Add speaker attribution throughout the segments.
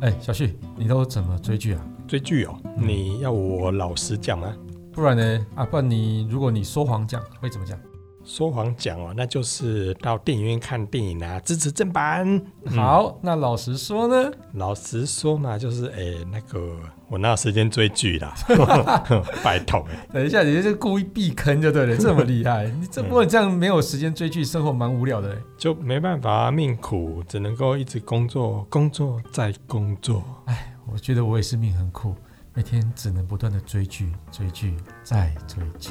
Speaker 1: 哎、小旭，你都怎么追剧啊？
Speaker 2: 追剧哦，你要我老实讲啊，
Speaker 1: 不然呢？啊，不然你如果你说谎讲会怎么讲？
Speaker 2: 说谎讲哦，那就是到电影院看电影啊，支持正版。嗯，
Speaker 1: 好，那老实说呢？
Speaker 2: 老实说嘛，就是哎、那个我哪有时间追剧啦？ 拜托哎、
Speaker 1: 等一下，你这故意避坑 就对了，这么厉害，你
Speaker 3: 嗯
Speaker 1: 这不过你这样没有时间追剧，生活蛮无聊的。欸
Speaker 2: 就没办法、啊，命苦，只能够一直工作，工作再工作。
Speaker 1: 我觉得我也是命很苦，每天只能不断的追剧、追剧再追剧。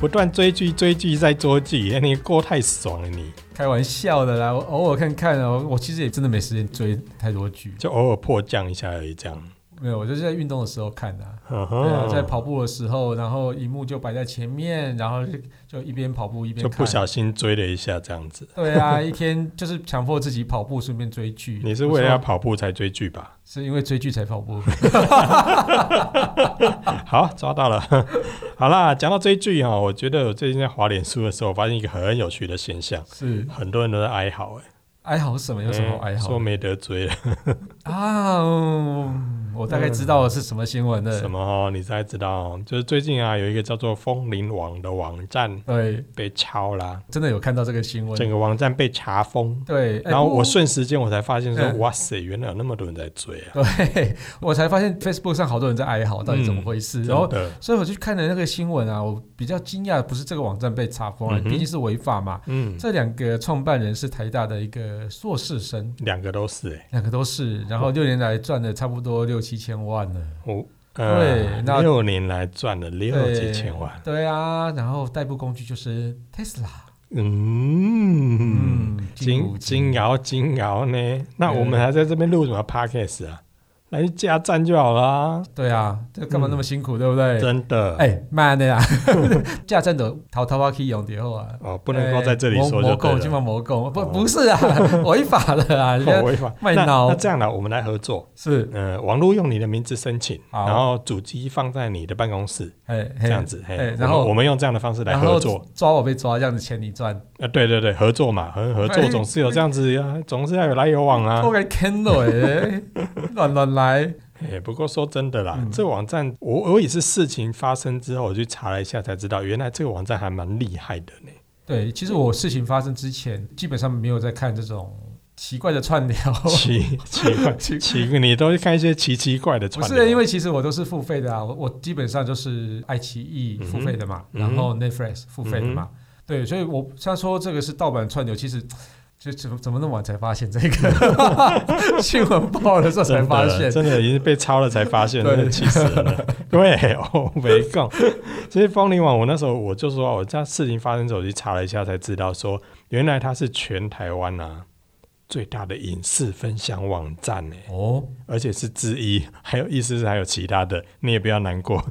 Speaker 2: 不断追剧，追剧再追剧，哎你过太爽了你！
Speaker 1: 开玩笑的啦，我偶尔看看哦，我其实也真的没时间追太多剧，
Speaker 2: 就偶尔迫降一下而已，这样。
Speaker 1: 没有，我就是在运动的时候看的、啊。
Speaker 2: 嗯
Speaker 1: 对啊，
Speaker 2: 哼
Speaker 1: 在跑步的时候，然后荧幕就摆在前面，然后就就一边跑步一边
Speaker 2: 就
Speaker 1: 看。
Speaker 2: 不小心追了一下这样子。
Speaker 1: 对啊， 一天就是强迫自己跑步，顺便追剧。
Speaker 2: 你是为了要
Speaker 1: 不错
Speaker 2: 跑步才追剧吧？
Speaker 1: 是因为追剧才跑 步？
Speaker 2: 好，抓到了。 好啦，讲到追剧啊，我觉得我最近在滑脸书的时候，我发现一个很有趣的现象，
Speaker 1: 是
Speaker 2: 很多人都在哀嚎、哎，
Speaker 1: 哀嚎是什么？有什么好哀
Speaker 2: 说
Speaker 1: 嚎、
Speaker 2: 没得追了，
Speaker 1: 啊、嗯我大概知道是什么新闻了。
Speaker 2: 什么、哦？你才知道哦，就是最近啊，有一个叫做“风铃网”的网站
Speaker 1: 对，
Speaker 2: 被抄啦，
Speaker 1: 真的有看到这个新闻。
Speaker 2: 整个网站被查封。
Speaker 1: 对，哎
Speaker 2: 然后
Speaker 1: 不
Speaker 2: 我瞬时间我才发现说，
Speaker 1: 嗯
Speaker 2: 哇塞，原来有那么多人在追啊！
Speaker 1: 对 我才发现 Facebook 上好多人在哀嚎，到底怎么回事？
Speaker 2: 真
Speaker 1: 嗯然后，
Speaker 2: 的，
Speaker 1: 所以我去看了那个新闻啊，我比较惊讶，不是这个网站被查封了，
Speaker 2: 嗯哼
Speaker 1: 毕竟是违法嘛。
Speaker 2: 嗯，
Speaker 1: 这两个创办人是台大的一个硕士生，
Speaker 2: 两个都是哎、
Speaker 1: 两个都是，然后六年来赚了差不多六七千万了。
Speaker 2: 我
Speaker 1: 对那
Speaker 2: 哦呃六年来赚了六
Speaker 1: 对
Speaker 2: 几千万，
Speaker 1: 对啊，然后代步工具就是 Tesla。
Speaker 2: 嗯，
Speaker 1: 嗯，
Speaker 2: 金金
Speaker 1: 啊，
Speaker 2: 鳌金鳌呢？那
Speaker 1: 对
Speaker 2: 我们还在这边录什么 podcast 啊？来去加站就好啦，
Speaker 1: 对啊，这干嘛那么辛苦，对不对？
Speaker 2: 嗯真的。
Speaker 1: 哎，慢的呀， 架站的淘淘花可以用的后啊。
Speaker 2: 哦，不能够在这里说
Speaker 1: 魔
Speaker 2: 就
Speaker 1: 狗，
Speaker 2: 对
Speaker 1: 金毛
Speaker 2: 了。
Speaker 1: 魔狗，不
Speaker 2: 哦
Speaker 1: 不是啊， 违法了啊，人
Speaker 2: 哦
Speaker 1: 家
Speaker 2: 违法。
Speaker 1: 卖
Speaker 2: 那
Speaker 1: 脑
Speaker 2: 那这样啦，我们来合作。
Speaker 1: 是
Speaker 2: 呃，网络用你的名字申请，
Speaker 1: 好
Speaker 2: 然后主机放在你的办公室，
Speaker 1: 哎
Speaker 2: 这样
Speaker 1: 子，
Speaker 2: 子。嘿
Speaker 1: 哎
Speaker 2: 我
Speaker 1: 然
Speaker 2: 们
Speaker 1: 后
Speaker 2: 我们用这样的方式来
Speaker 1: 然
Speaker 2: 合
Speaker 1: 后
Speaker 2: 作。
Speaker 1: 抓我被抓，这样子钱你赚，
Speaker 2: 啊，对对对，合作嘛，嗯合合作
Speaker 1: 哎
Speaker 2: 总是有这样子，啊，总是要有来有往啊
Speaker 1: 我。给 Kindle 哎，乱乱来，
Speaker 2: 哎，不过说真的啦，
Speaker 1: 嗯
Speaker 2: 这网站我我也是事情发生之后，我去查了一下才知道，原来这个网站还蛮厉害的呢。
Speaker 1: 对，其实我事情发生之前，基本上没有在看这种奇怪的 串流。
Speaker 2: 奇奇怪
Speaker 1: 哦 奇
Speaker 2: 奇，你都是看一些奇奇怪的
Speaker 1: 不
Speaker 2: 串流，啊
Speaker 1: 是因为其实我都是付费的啊，我我基本上就是爱奇艺付费的嘛，
Speaker 2: 嗯哼嗯
Speaker 1: 然后 Netflix 付费的嘛，对，所以我虽然说这个是盗版串流，其实就怎么怎么那么晚才发现这 个新闻报的时候才
Speaker 2: 真
Speaker 1: 发
Speaker 2: 的
Speaker 1: 现，
Speaker 2: 真的已经被抄了才发现，
Speaker 1: 对
Speaker 2: 真的气死人了。 对，我没空。其实风铃网，我那时候我就说，我这样事情发生之后，我去查了一下才知道说原来它是全台湾啊最大的影视分享网站呢，欸
Speaker 1: 哦，
Speaker 2: 而且是之一，还有意思是还有其他的，你也不要难过，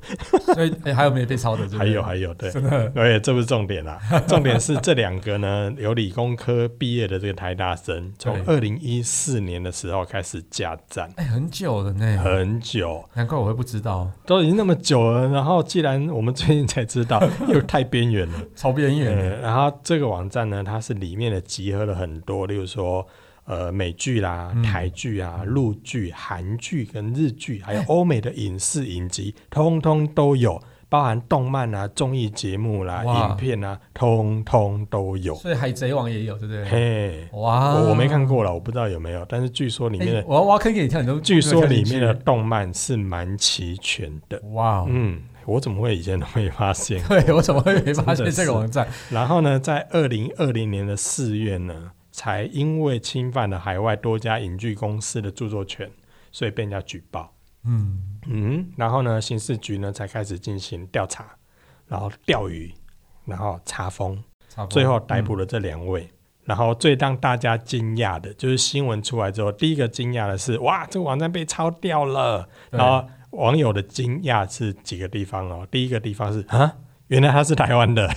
Speaker 1: 所以、哎还有没有被抄的？对不对
Speaker 2: 还有还有，对。
Speaker 1: 真的
Speaker 2: 而且这不是重 点啦、啊，重点是这两个呢，有理工科毕业的这个台大生，从二零一四年的时候开始架站，
Speaker 1: 哎、很久了呢，
Speaker 2: 很久，
Speaker 1: 难怪我会不知道，
Speaker 2: 都已经那么久了。然后既然我们最近才 知道，又太边缘了。
Speaker 1: 超 边缘的。
Speaker 2: 嗯，然后这个网站呢，它是里面的集合了很多，例如说。呃，美剧啦、
Speaker 1: 嗯
Speaker 2: 台剧啊、陆剧、韩剧跟日剧，还有欧美的影视 影集，通通都有，包含动漫啊、综艺节目啦、
Speaker 1: 哇
Speaker 2: 影片啊，通通都有。
Speaker 1: 所以海贼王也有，对不对？
Speaker 2: 嘿，
Speaker 1: 哇，
Speaker 2: 我我没看过了，我不知道有没有，但是据说里面
Speaker 1: 哎
Speaker 2: 的，
Speaker 1: 我要挖坑给你跳，你都
Speaker 2: 据说里
Speaker 1: 没
Speaker 2: 面
Speaker 1: 有
Speaker 2: 的
Speaker 1: 跳
Speaker 2: 动漫是蛮齐全的
Speaker 1: 进。去哇哦，
Speaker 2: 嗯，我怎么会以前都没发现？
Speaker 1: 对我怎么会没发
Speaker 2: 真
Speaker 1: 现
Speaker 2: 的
Speaker 1: 这
Speaker 2: 是
Speaker 1: 个网站？
Speaker 2: 然后呢，在二零二零年的四月呢，才因为侵犯了海外多家影剧公司的著作权，所以被人家举报。
Speaker 1: 嗯，
Speaker 2: 嗯，然后呢，刑事局呢才开始进行调查，然后钓鱼，然后查封，
Speaker 1: 差不多。嗯
Speaker 2: 最后逮捕了这两位。然后最让大家惊讶的就是新闻出来之后，第一个惊讶的是哇，这个网站被抄掉了。
Speaker 1: 对
Speaker 2: 然后网友的惊讶是几个地方哦，第一个地方是啊，原来它是台湾的，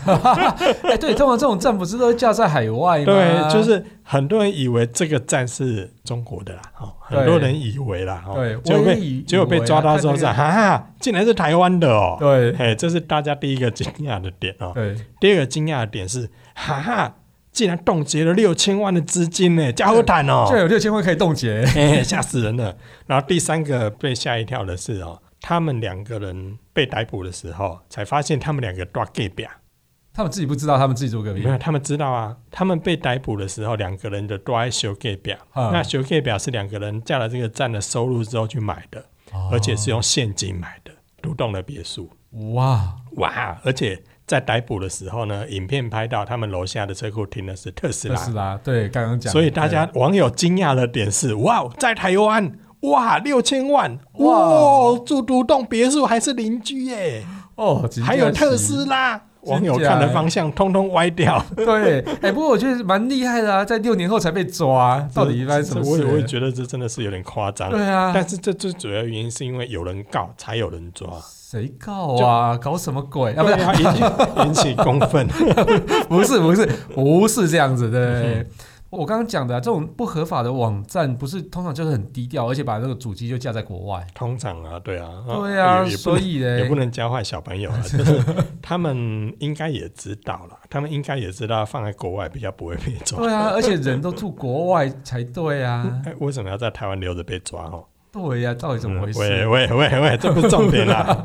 Speaker 1: 哎，对，通常这种站不是都架在海外吗？
Speaker 2: 对，就是很多人以为这个站是中国的啦，哦，很多
Speaker 1: 对
Speaker 2: 人以为啦，哦，
Speaker 1: 对，
Speaker 2: 结果
Speaker 1: 我也
Speaker 2: 被
Speaker 1: 以啊
Speaker 2: 结果被抓到之后
Speaker 1: 以
Speaker 2: 是
Speaker 1: 为啊
Speaker 2: 啊，竟然是台湾的哦，
Speaker 1: 看这个
Speaker 2: 哎，这是大家第一个惊讶的点哦。
Speaker 1: 对对
Speaker 2: 第二个惊讶的点是，哈哈，竟然冻结了六千万的资金呢，加油坦
Speaker 1: 居然
Speaker 2: 哦，
Speaker 1: 有六千万可以冻结，
Speaker 2: 哎，吓死人了。然后第三个被吓一跳的是哦，他们两个人被逮捕的时候，才发现他们两个抓 gay 表，
Speaker 1: 他们自己不知道他们自己做隔壁
Speaker 2: 没，有，他们知道啊，他们被逮捕的时候，两个人的都爱修 gay 表，
Speaker 1: 嗯
Speaker 2: 啊那修 gay 表是两个人嫁了这个站的收入之后去买的，而且是用现金买的，独栋的别墅。
Speaker 1: 哇，
Speaker 2: 哇！而且在逮捕的时候呢，影片拍到他们楼下的车库停的是特斯
Speaker 1: 特
Speaker 2: 拉，
Speaker 1: 斯拉，对，刚刚讲，
Speaker 2: 所以大家网友惊讶的点是：哇，在台湾，哇，六千万，哇，
Speaker 1: 哇
Speaker 2: 住独栋别墅还是邻居耶，
Speaker 1: 哦，真的是
Speaker 2: 还有特斯拉。
Speaker 1: 真假
Speaker 2: 网友看的方向通通歪掉，
Speaker 1: 对，哎、不过我觉得蛮厉害的啊，在六年后才被抓， 到底发生什么
Speaker 2: 我
Speaker 1: 事
Speaker 2: 也
Speaker 1: 了？
Speaker 2: 我也觉得这真的是有点夸张。
Speaker 1: 对啊，
Speaker 2: 但是这最主要原因是因为有人告，才有人抓。
Speaker 1: 谁告啊？搞什么鬼啊？不
Speaker 2: 对
Speaker 1: 是，
Speaker 2: 啊，引起 引起公愤。
Speaker 1: 不是，不是，不是这样子的。对
Speaker 2: 嗯
Speaker 1: 我刚刚讲的、啊、这种不合法的网站，不是通常就是很低调，而且把那个主机就架在国外。
Speaker 2: 通常啊，对啊，
Speaker 1: 对啊，
Speaker 2: 也也不
Speaker 1: 所
Speaker 2: 能
Speaker 1: 以
Speaker 2: 也
Speaker 1: 嘞
Speaker 2: 不，能教坏小 朋友啊，就是他们应该也知道了，他们应该也知道放在国外比较不会被抓。
Speaker 1: 对啊，而且人都住国外才对 啊，
Speaker 2: 哎，为什么要在台湾留着被抓哦？
Speaker 1: 对呀、到底怎么回
Speaker 2: 嗯喂
Speaker 1: 事？
Speaker 2: 喂喂喂，这不是重 点啦。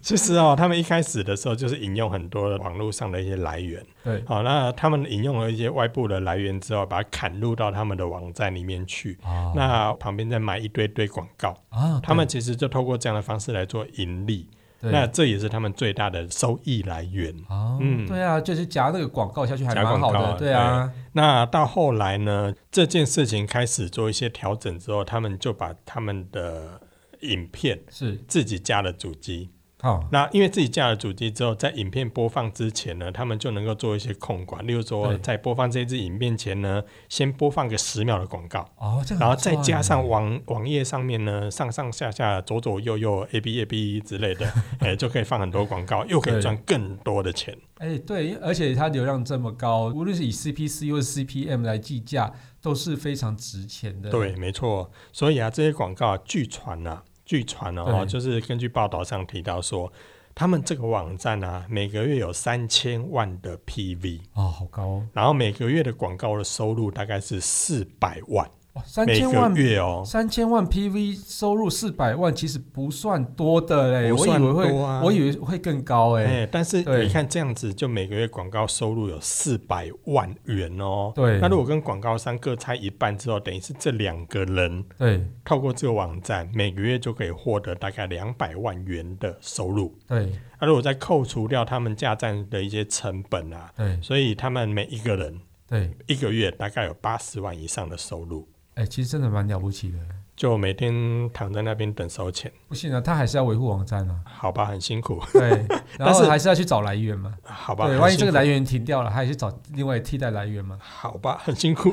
Speaker 2: 其实哦，他们一开始的时候就是引用很多网络上的一些来源，
Speaker 1: 对
Speaker 2: 好、那他们引用了一些外部的来源之后，把它砍入到他们的网站里面去，
Speaker 1: 啊
Speaker 2: 那旁边再买一堆堆广告，
Speaker 1: 啊，
Speaker 2: 他们其实就透过这样的方式来做盈利，
Speaker 1: 对
Speaker 2: 那这也是他们最大的收益来源。
Speaker 1: 啊，
Speaker 2: 嗯
Speaker 1: 对啊，就是夹那个广告下去还
Speaker 2: 夹
Speaker 1: 蛮好
Speaker 2: 广告
Speaker 1: 的，
Speaker 2: 啊
Speaker 1: 对啊，
Speaker 2: 那到后来呢，这件事情开始做一些调整之后，他们就把他们的影片
Speaker 1: 是哦
Speaker 2: 自己加了主机。
Speaker 1: 好。
Speaker 2: 那因为自己加了主机之后，在影片播放之前呢，他们就能够做一些控管，例如说
Speaker 1: 对
Speaker 2: 在播放这支影片前呢，先播放个十秒的广告。
Speaker 1: 哦，这样很
Speaker 2: 然后再
Speaker 1: 赚
Speaker 2: 加上网网页上面呢，上上下下、左左右右、A B A B 之 类的，哎，就可以放很多广告，又可以
Speaker 1: 对
Speaker 2: 赚更多的钱。
Speaker 1: 哎，对，而且它流量这么高，无论是以 CPC 或者 CPM 来计价，都是非常值钱的。
Speaker 2: 对，没错。所以啊，这些广告啊据传啊，据传哦、
Speaker 1: 对
Speaker 2: 就是根据报道上提到说，他们这个网站啊，每个月有三千万的 PV，
Speaker 1: 哦，好高哦，
Speaker 2: 然后每个月的广告的收入大概是四百万，
Speaker 1: 哇，三
Speaker 2: 每
Speaker 1: 千
Speaker 2: 个
Speaker 1: 万，
Speaker 2: 月哦、
Speaker 1: 三千万 PV 收入四百万，其实不算多的嘞，
Speaker 2: 不
Speaker 1: 我以为
Speaker 2: 算
Speaker 1: 会，
Speaker 2: 多啊
Speaker 1: 我以为会更高哎。
Speaker 2: 哎，但是
Speaker 1: 对
Speaker 2: 你看这样子，就每个月广告收入有四百万元哦。
Speaker 1: 对
Speaker 2: 那如果跟广告商各拆一半之后，等于是这两个人
Speaker 1: 对
Speaker 2: 透过这个网站，每个月就可以获得大概两百万元的收入。
Speaker 1: 对
Speaker 2: 那、如果再扣除掉他们架站的一些成本啊，
Speaker 1: 对
Speaker 2: 所以他们每一个人
Speaker 1: 对，
Speaker 2: 一个月大概有八十万以上的收入，
Speaker 1: 哎，其实真的蛮了不起的。
Speaker 2: 就每天躺在那边等收钱，
Speaker 1: 不行啊，他还是要维护网站 啊。
Speaker 2: 好吧，很辛苦，
Speaker 1: 对，然
Speaker 2: 但
Speaker 1: 后
Speaker 2: 是
Speaker 1: 还是要去找来源嘛。
Speaker 2: 好吧，
Speaker 1: 对，
Speaker 2: 很
Speaker 1: 万一这个
Speaker 2: 辛苦
Speaker 1: 来源停掉了，还是找另外替代来源嘛。
Speaker 2: 好吧，很辛苦。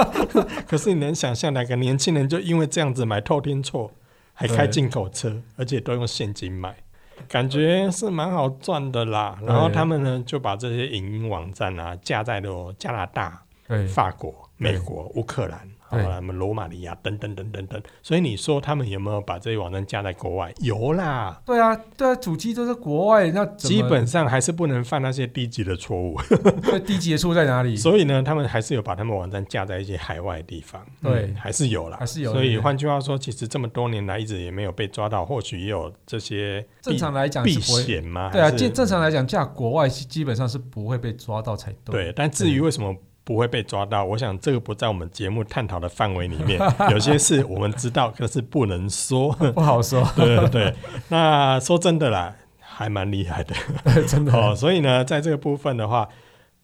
Speaker 2: 可是你能想象哪个年轻人就因为这样子买透天错，还开进口车，而且都用现金买，感觉是蛮好赚的啦。
Speaker 1: 对
Speaker 2: 然后他们呢就把这些影音网站啊架在了加拿大、
Speaker 1: 对
Speaker 2: 法国、
Speaker 1: 对
Speaker 2: 美国、乌克兰。好
Speaker 1: 对
Speaker 2: 了，什么罗马尼亚等等等等等，所以你说他们有没有把这些网站架在国外？有啦，
Speaker 1: 对啊，对啊，主机都在国外，那怎么
Speaker 2: 基本上还是不能犯那些低级的错误，
Speaker 1: 最低级的处在哪里？
Speaker 2: 所以呢，他们还是有把他们网站架在一些海外的地方，
Speaker 1: 对
Speaker 2: 嗯还是有啦，
Speaker 1: 还是有
Speaker 2: 所以
Speaker 1: 对
Speaker 2: 换句话说，其实这么多年来一直也没有被抓到，或许也有这些避
Speaker 1: 正常来讲
Speaker 2: 避
Speaker 1: 是不会，
Speaker 2: 险吗？
Speaker 1: 对啊，
Speaker 2: 还是
Speaker 1: 正正常来讲，嫁国外是基本上是不会被抓到才对。
Speaker 2: 对。但
Speaker 1: 嗯
Speaker 2: 至于为什么不会被抓到，我想这个不在我们节目探讨的范围里 面。有些事我们知道，可是不能说。
Speaker 1: 不好说，
Speaker 2: 对对对。那说真的啦，还蛮厉害的。
Speaker 1: 真的。
Speaker 2: 哦，所以呢，在这个部分的话，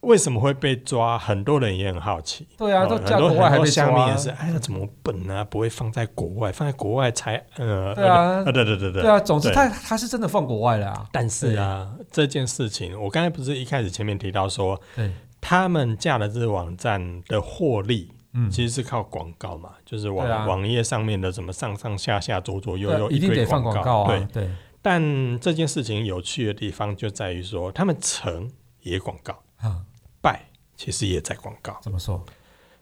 Speaker 2: 为什么会被抓？很多人也很好奇。
Speaker 1: 对啊，
Speaker 2: 哦
Speaker 1: 都
Speaker 2: 很
Speaker 1: 嫁
Speaker 2: 多
Speaker 1: 国外还啊
Speaker 2: 很多
Speaker 1: 被
Speaker 2: 乡民
Speaker 1: 抓
Speaker 2: 也。是，哎呀，怎么笨啊？不会放在国外，放在国外才呃，
Speaker 1: 对啊
Speaker 2: 呃对对对对
Speaker 1: 对啊，总之
Speaker 2: 对
Speaker 1: 他他是真的放国外了啊。
Speaker 2: 但是啊，这件事情，我刚才不是一开始前面提到说，
Speaker 1: 对
Speaker 2: 他们架的这个网站的获利，
Speaker 1: 嗯，
Speaker 2: 其实是靠广告嘛，就是网、
Speaker 1: 对啊
Speaker 2: 网页上面的什么上上下下、左左右
Speaker 1: 对啊
Speaker 2: 右
Speaker 1: 一定
Speaker 2: 堆
Speaker 1: 得放广告
Speaker 2: 对
Speaker 1: 啊，，对
Speaker 2: 但这件事情有趣的地方就在于说，他们成也广告，
Speaker 1: 啊，
Speaker 2: 败其实也在广告。
Speaker 1: 怎么说？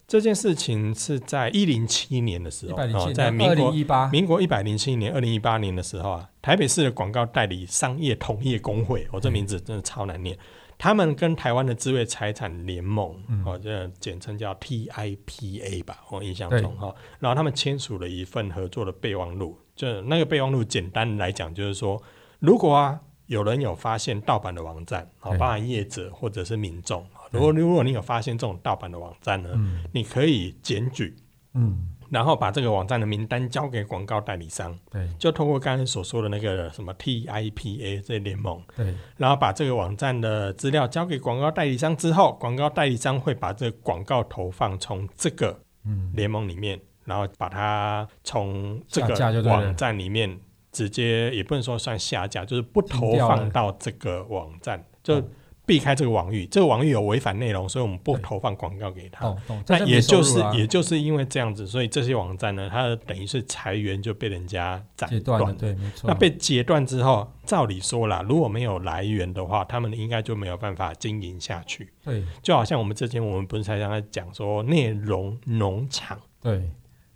Speaker 2: 这件事情是在一零七年的时
Speaker 1: 一
Speaker 2: 候，
Speaker 1: 百零
Speaker 2: 哦
Speaker 1: 七，
Speaker 2: 在
Speaker 1: 二
Speaker 2: 民
Speaker 1: 零
Speaker 2: 国
Speaker 1: 一八，
Speaker 2: 民国一百零七年、二零一八年的时候啊，台北市的广告代理商业同业工会，哦我、这名
Speaker 1: 嗯
Speaker 2: 字真的超难念。他们跟台湾的智慧财产联盟，
Speaker 1: 嗯
Speaker 2: 哦，这简称叫 TIPA 吧，我印象
Speaker 1: 对
Speaker 2: 中哈、哦。然后他们签署了一份合作的备忘录，就那个备忘录简单来讲就是说，如果啊有人有发现盗版的网站，哦，
Speaker 1: 对
Speaker 2: 包含业者或者是民众，哦如果如果你有发现这种盗版的网站呢，
Speaker 1: 嗯
Speaker 2: 你可以检举，
Speaker 1: 嗯，
Speaker 2: 然后把这个网站的名单交给广告代理商。
Speaker 1: 对
Speaker 2: 就透过刚才所说的那个什么 TIPA 这联盟，
Speaker 1: 对，
Speaker 2: 然后把这个网站的资料交给广告代理商之后，广告代理商会把这个广告投放从这个
Speaker 1: 嗯，
Speaker 2: 联盟里面，然后把它从这
Speaker 1: 下架就
Speaker 2: 个
Speaker 1: 对了
Speaker 2: 网站里面直接也不能说算下架，就是不投
Speaker 1: 停掉了
Speaker 2: 放到这个网站，就
Speaker 1: 哦
Speaker 2: 避开这个网域。这个网域有违反内容，所以我们不
Speaker 1: 对
Speaker 2: 投放广告给他。
Speaker 1: 懂懂，这
Speaker 2: 那
Speaker 1: 样没
Speaker 2: 也
Speaker 1: 收
Speaker 2: 就
Speaker 1: 入
Speaker 2: 是、
Speaker 1: 啊
Speaker 2: 也就是因为这样子，所以这些网站呢，它的等于是裁员就被人家斩
Speaker 1: 阶段
Speaker 2: 断
Speaker 1: 的，对，嗯没错，
Speaker 2: 那被截断之后，照理说啦，如果没有来源的话，他们应该就没有办法经营下去。
Speaker 1: 对
Speaker 2: 就好像我们之前我们不是才刚才讲说，内容农场
Speaker 1: 对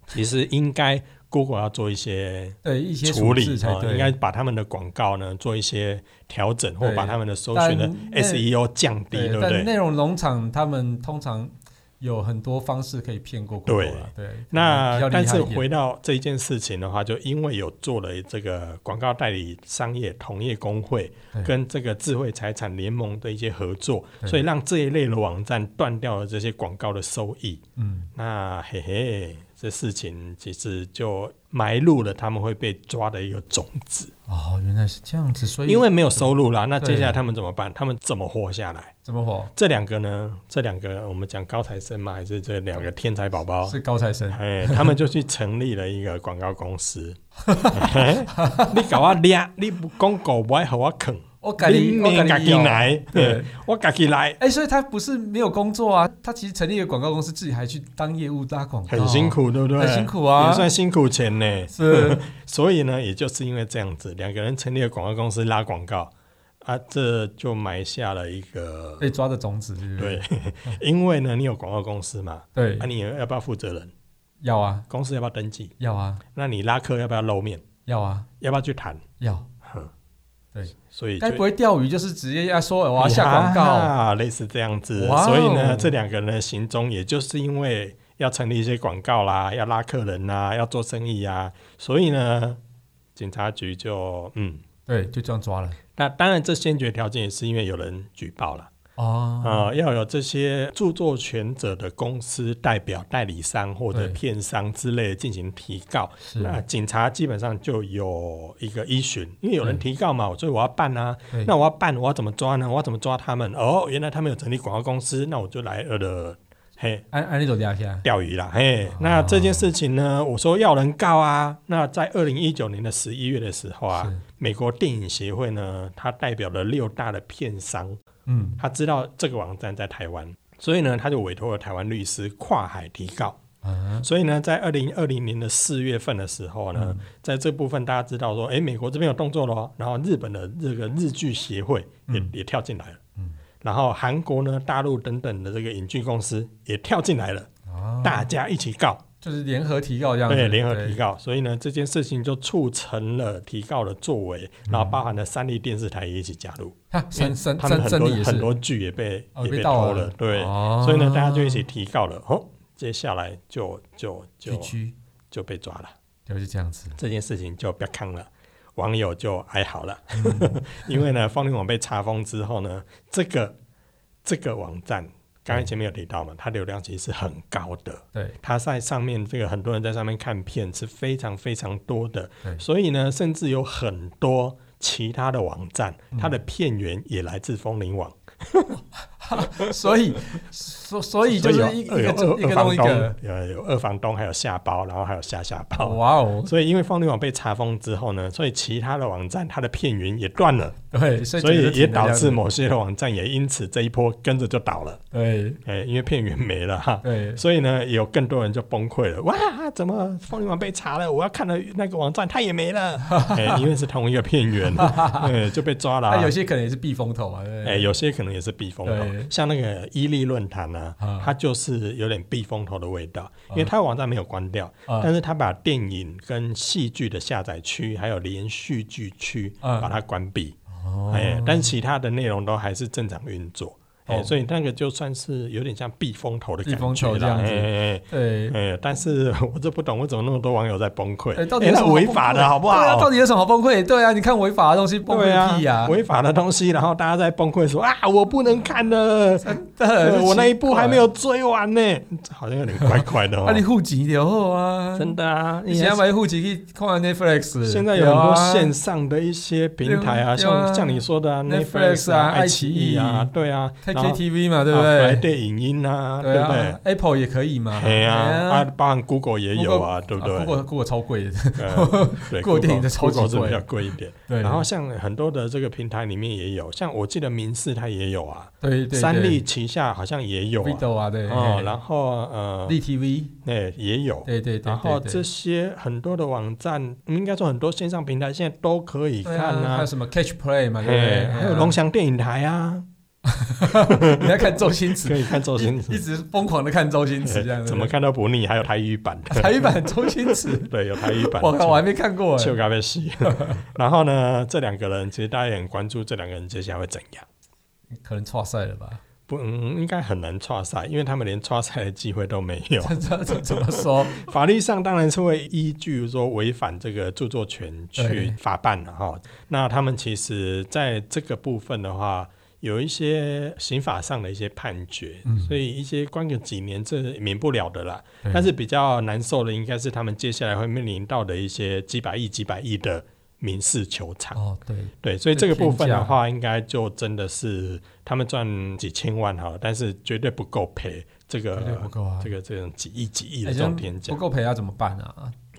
Speaker 2: 其实应该 Google 要做一些
Speaker 1: 对一些
Speaker 2: 处
Speaker 1: 置
Speaker 2: 理
Speaker 1: 才
Speaker 2: 啊、
Speaker 1: 对，
Speaker 2: 应该把他们的广告呢做一些调整，或
Speaker 1: 对
Speaker 2: 把他们的搜
Speaker 1: 但
Speaker 2: 寻的
Speaker 1: 那
Speaker 2: SEO 降低，E 对不
Speaker 1: 但
Speaker 2: 对？
Speaker 1: 内容农场他们通常有很多方式可以骗过 g o
Speaker 2: 对
Speaker 1: o 对，嗯比较
Speaker 2: 那
Speaker 1: 厉害
Speaker 2: 但是
Speaker 1: 一点
Speaker 2: 回到这一件事情的话，就因为有做了这个广告代理商业同业工会
Speaker 1: 对
Speaker 2: 跟这个智慧财产联盟的一些合作，
Speaker 1: 对
Speaker 2: 所以让这一类的网站断掉了这些广告的收益。
Speaker 1: 嗯，
Speaker 2: 那嘿嘿，这事情其实就埋入了他们会被抓的一个种子，
Speaker 1: 哦，原来是这样子，所以
Speaker 2: 因为没有收入啦。那
Speaker 1: 对
Speaker 2: 接下来他们怎么办？他们怎么活下来？
Speaker 1: 怎么火
Speaker 2: 这两个呢？这两个我们讲高材生嘛，还是这两个天才宝宝？
Speaker 1: 是高材生，
Speaker 2: 哎，他们就去成立了一个广告公司。哎 你搞我俩，你不广告不爱和我啃，
Speaker 1: 我改你
Speaker 2: 你
Speaker 1: 我改
Speaker 2: 自己
Speaker 1: 你哦。
Speaker 2: 来，
Speaker 1: 对
Speaker 2: 对，我自己来，
Speaker 1: 哎，所以他不是没有工作啊，他其实成立一个广告公司，自己还去当业务拉广告，
Speaker 2: 很辛，苦，对不对？
Speaker 1: 很辛苦啊
Speaker 2: 也算辛苦钱呢。
Speaker 1: 是
Speaker 2: 所以呢，也就是因为这样子，两个人成立了广告公司拉广告啊，这就埋下了一个
Speaker 1: 被抓的种子，是不
Speaker 2: 对
Speaker 1: 是，
Speaker 2: 因为呢，你有广告公司嘛，
Speaker 1: 对
Speaker 2: 啊，，你要不要负责人？
Speaker 1: 要啊
Speaker 2: 公司要不要登记？
Speaker 1: 要啊
Speaker 2: 那你拉客要不要露面？
Speaker 1: 要啊
Speaker 2: 要不要去谈？
Speaker 1: 要，
Speaker 2: 哼
Speaker 1: 对，
Speaker 2: 所以就
Speaker 1: 该不会钓鱼就是直接要说哎我要下广告，
Speaker 2: 啊，类似这样子。
Speaker 1: 哇哦
Speaker 2: 所以呢，这两个人的行踪，也就是因为要成立一些广告啦，要拉客人啦，要做生意啊，所以呢，警察局就嗯，
Speaker 1: 对，就这样抓了
Speaker 2: 那当然这先决条件也是因为有人举报了
Speaker 1: 哦，
Speaker 2: 啊、呃要有这些著作权者的公司代表、代理商或者
Speaker 1: 对
Speaker 2: 片商之类的进行提告。
Speaker 1: 是，
Speaker 2: 那警察基本上就有一个依循，因为有人提告嘛，所以我要办啊。
Speaker 1: 对
Speaker 2: 那我要办，我要怎么抓呢？我要怎么抓他们？哦，原来他们有成立广告公司，那我就来呃的嘿
Speaker 1: 按按那种聊天，
Speaker 2: 钓鱼啦嘿。
Speaker 1: 啊
Speaker 2: 那这件事情呢，我说要人告啊。那在二零一九年的十一月的时候啊
Speaker 1: 是，
Speaker 2: 美国电影协会呢，它代表了六大的片商，
Speaker 1: 嗯，
Speaker 2: 他知道这个网站在台湾，所以呢，他就委托了台湾律师跨海提告。
Speaker 1: 啊，
Speaker 2: 所以呢，在二零二零年的四月份的时候呢，
Speaker 1: 嗯
Speaker 2: 在这部分大家知道说，诶，美国这边有动作咯，然后日本的这个日剧协会也、也跳进来了，
Speaker 1: 嗯
Speaker 2: 然后韩国呢、大陆等等的这个影剧公司也跳进来了，
Speaker 1: 哦
Speaker 2: 大家一起告，
Speaker 1: 就是联合提告这样子，
Speaker 2: 对，联合提
Speaker 1: 对，
Speaker 2: 告。所以呢，这件事情就促成了提告的作为，然后包含了三立电视台也一起加入，
Speaker 1: 哈嗯三三
Speaker 2: 他们
Speaker 1: 三
Speaker 2: 很
Speaker 1: 三
Speaker 2: 多
Speaker 1: 立也是
Speaker 2: 很多剧也被、
Speaker 1: 哦
Speaker 2: 也
Speaker 1: 被
Speaker 2: 被
Speaker 1: 盗
Speaker 2: 偷
Speaker 1: 了
Speaker 2: 了，对，
Speaker 1: 哦
Speaker 2: 所以呢，大家就一起提告了，哦，接下来就就就
Speaker 1: 地区
Speaker 2: 就被抓了。
Speaker 1: 就是这样子，
Speaker 2: 这件事情就不要看了，网友就哀嚎了，
Speaker 1: 嗯
Speaker 2: 因为呢，方林网被查封之后呢，这个这个网站，刚才前面有提到嘛，它流量其实是很高的，
Speaker 1: 对
Speaker 2: 它在上面这个很多人在上面看片是非常非常多的，
Speaker 1: 对
Speaker 2: 所以呢，甚至有很多。其他的网
Speaker 1: 嗯
Speaker 2: 站，它的片源也来自风铃网，
Speaker 1: 所以所所以就是一
Speaker 2: 所以
Speaker 1: 一
Speaker 2: 有
Speaker 1: 个
Speaker 2: 二
Speaker 1: 一个
Speaker 2: 有二
Speaker 1: 弄
Speaker 2: 房
Speaker 1: 一个
Speaker 2: 东，，有有二房东，还有下包，然后还有下下包。
Speaker 1: 哇哦，
Speaker 2: 所以因为放绿网被查封之后呢，所以其他的网站它的片源也断了，
Speaker 1: 对，所以
Speaker 2: 所
Speaker 1: 就
Speaker 2: 以
Speaker 1: 停了
Speaker 2: 也
Speaker 1: 这
Speaker 2: 导致
Speaker 1: 样子
Speaker 2: 某些网站也因此这一波跟着就倒了。
Speaker 1: 对
Speaker 2: 哎、因为片源没了哈。
Speaker 1: 对
Speaker 2: 所以呢，有更多人就崩溃了。哇，怎么凤梨网被查了？我要看的那个网站它也 没了。哎、因为是同一个片源，哎，就被抓了啊、
Speaker 1: 啊，有些可能也是避风头嘛，对不
Speaker 2: 哎、
Speaker 1: 对？
Speaker 2: 有些可能也是避风
Speaker 1: 对
Speaker 2: 头，像那个伊利论坛呢、
Speaker 1: 啊
Speaker 2: 它就是有点避风头的味道，因为它网站没有关掉，
Speaker 1: 啊
Speaker 2: 但是它把电影跟戏剧的下载区还有连续剧区
Speaker 1: 啊
Speaker 2: 把它关闭，
Speaker 1: 哦
Speaker 2: 哎、但其他的内容都还是正常运作。哎、
Speaker 1: 哦
Speaker 2: 所以那个就算是有点像避风头的
Speaker 1: 避
Speaker 2: 感
Speaker 1: 风
Speaker 2: 觉
Speaker 1: 头
Speaker 2: 啦
Speaker 1: 这样子
Speaker 2: 哎哎
Speaker 1: 对
Speaker 2: 哎，哎但是我就不懂，为什么那么多网友在崩溃？
Speaker 1: 哎，到底
Speaker 2: 哎
Speaker 1: 有什
Speaker 2: 那
Speaker 1: 么好
Speaker 2: 违
Speaker 1: 崩
Speaker 2: 法
Speaker 1: 溃
Speaker 2: 的好不
Speaker 1: 对啊，
Speaker 2: 好
Speaker 1: 到？底有什么好崩溃？对啊，你看违法的东西崩
Speaker 2: 对
Speaker 1: 溃屁呀
Speaker 2: 啊，，违法的东西，然后大家在崩溃说啊，我不能看了，呃
Speaker 1: 对
Speaker 2: 我那一部还没有，追完呢，好像有点怪怪的哦
Speaker 1: 啊，。你户籍留后啊，
Speaker 2: 真的啊，
Speaker 1: 你
Speaker 2: 你
Speaker 1: 现在
Speaker 2: 还
Speaker 1: 买户籍去看 Netflix，
Speaker 2: 现在有很
Speaker 1: 对
Speaker 2: 多
Speaker 1: 啊
Speaker 2: 线上的一些平台啊，
Speaker 1: 对啊
Speaker 2: 像像你说的啊
Speaker 1: Netflix 啊
Speaker 2: 爱奇艺
Speaker 1: 爱
Speaker 2: 啊，
Speaker 1: 奇艺
Speaker 2: 对啊，
Speaker 1: 开
Speaker 2: 然后
Speaker 1: KTV 嘛，对不
Speaker 2: 啊
Speaker 1: 对？
Speaker 2: ？Friday 影音啊，对不对
Speaker 1: 啊？，Apple 也可以嘛，
Speaker 2: 哎呀，啊，
Speaker 1: 啊，
Speaker 2: 包含 Google 也有啊，对不对？
Speaker 1: Google Google 超贵的，
Speaker 2: 呃对
Speaker 1: Google 电影的超级
Speaker 2: Google 是
Speaker 1: 贵
Speaker 2: 比较贵一点。
Speaker 1: 对，
Speaker 2: 然后像很多的这个平台里面也有，像我记得民视它也有啊，
Speaker 1: 对对对
Speaker 2: 三立旗下好像也有
Speaker 1: v i
Speaker 2: 啊，
Speaker 1: d o 啊，对，
Speaker 2: 哦
Speaker 1: 嘿，
Speaker 2: 然后呃，
Speaker 1: 立 TV，
Speaker 2: 哎也有，
Speaker 1: 对对对，
Speaker 2: 然后
Speaker 1: 对对
Speaker 2: 这些很多的网站，嗯应该说很多线上平台现在都可以
Speaker 1: 对
Speaker 2: 看
Speaker 1: 啊，还有
Speaker 2: 啊。
Speaker 1: 什么 Catch Play 嘛，对不
Speaker 2: 嘿
Speaker 1: 对？
Speaker 2: 还有龙
Speaker 1: 龙，
Speaker 2: 翔电影台啊，
Speaker 1: 你在看周星驰
Speaker 2: 可，以看 周星
Speaker 1: 一
Speaker 2: 驰，
Speaker 1: 直疯狂的看周星驰这样，
Speaker 2: 怎么看都不腻。还有台语版
Speaker 1: 对不对？
Speaker 2: 的，
Speaker 1: 台语啊版周星驰，
Speaker 2: 对，有台语 版的。
Speaker 1: 我靠，我还没看过哎
Speaker 2: 秀咖啡 系。然后呢，这两个人其实大家也很关注，这两个人接下来会怎样？
Speaker 1: 哎可能错赛了吧？
Speaker 2: 不，嗯，应该很难跨赛，因为他们连跨赛的机会都没有。
Speaker 1: 这这 怎么说？
Speaker 2: 法律上当然是会依据说违反这个著作权去
Speaker 1: 对
Speaker 2: 法办了哈。那他们其实在这个部分的话，有一些刑法上的一些判决，
Speaker 1: 嗯
Speaker 2: 所以一些关个几年这免不了的啦。
Speaker 1: 对
Speaker 2: 但是比较难受的应该是他们接下来会面临到的一些几百亿、几百亿的民事求偿。
Speaker 1: 哦，对，
Speaker 2: 对，所以这个
Speaker 1: 这天
Speaker 2: 部分
Speaker 1: 价
Speaker 2: 的话，应该就真的是他们赚几千万哈，但是绝对不够赔这
Speaker 1: 绝对不
Speaker 2: 个。
Speaker 1: 够啊
Speaker 2: 这。个这种几亿几亿
Speaker 1: 哎
Speaker 2: 的这种天价
Speaker 1: 不，够赔要怎么办啊？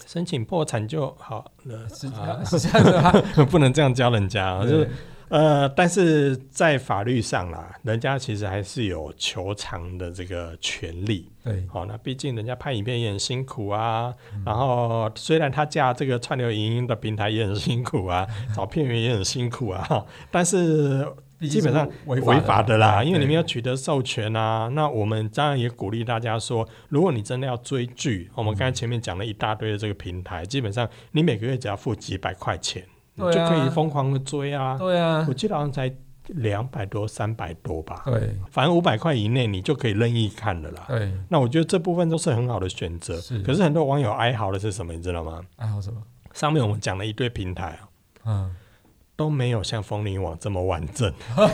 Speaker 2: 申请破产就好了，
Speaker 1: 是
Speaker 2: 啊、
Speaker 1: 是这样子啊，
Speaker 2: 不能这样教人家啊，就是
Speaker 1: 对
Speaker 2: 呃，但是在法律上啦，人家其实还是有求偿的这个权利。
Speaker 1: 对
Speaker 2: 好、那毕竟人家拍影片也很辛苦啊，然后虽然他架这个串流影音的平台也很辛苦啊，找片源也很辛苦啊，但是
Speaker 1: 毕
Speaker 2: 基
Speaker 1: 竟
Speaker 2: 本上
Speaker 1: 是
Speaker 2: 违法的啦，因为你们
Speaker 1: 没
Speaker 2: 要
Speaker 1: 有
Speaker 2: 取得授权啊。那我们当然也鼓励大家说，如果你真的要追剧，我们刚才前面讲了一大堆的这个平台，基本上你每个月只要付几百块钱，你
Speaker 1: 对
Speaker 2: 就
Speaker 1: 啊
Speaker 2: 可以疯狂的追啊。
Speaker 1: 对啊
Speaker 2: 我，记得好像才两百多、三百多吧，
Speaker 1: 对
Speaker 2: 反正五百块以内你就可以任意看了啦。
Speaker 1: 对，
Speaker 2: 那我觉得这部分都是很好的选择
Speaker 1: 是。
Speaker 2: 可是很多网友哀嚎的是什么，你知道吗？
Speaker 1: 还有什么？
Speaker 2: 上面我们讲了一堆平台啊，
Speaker 1: 嗯，
Speaker 2: 都没有像风铃网这么完整。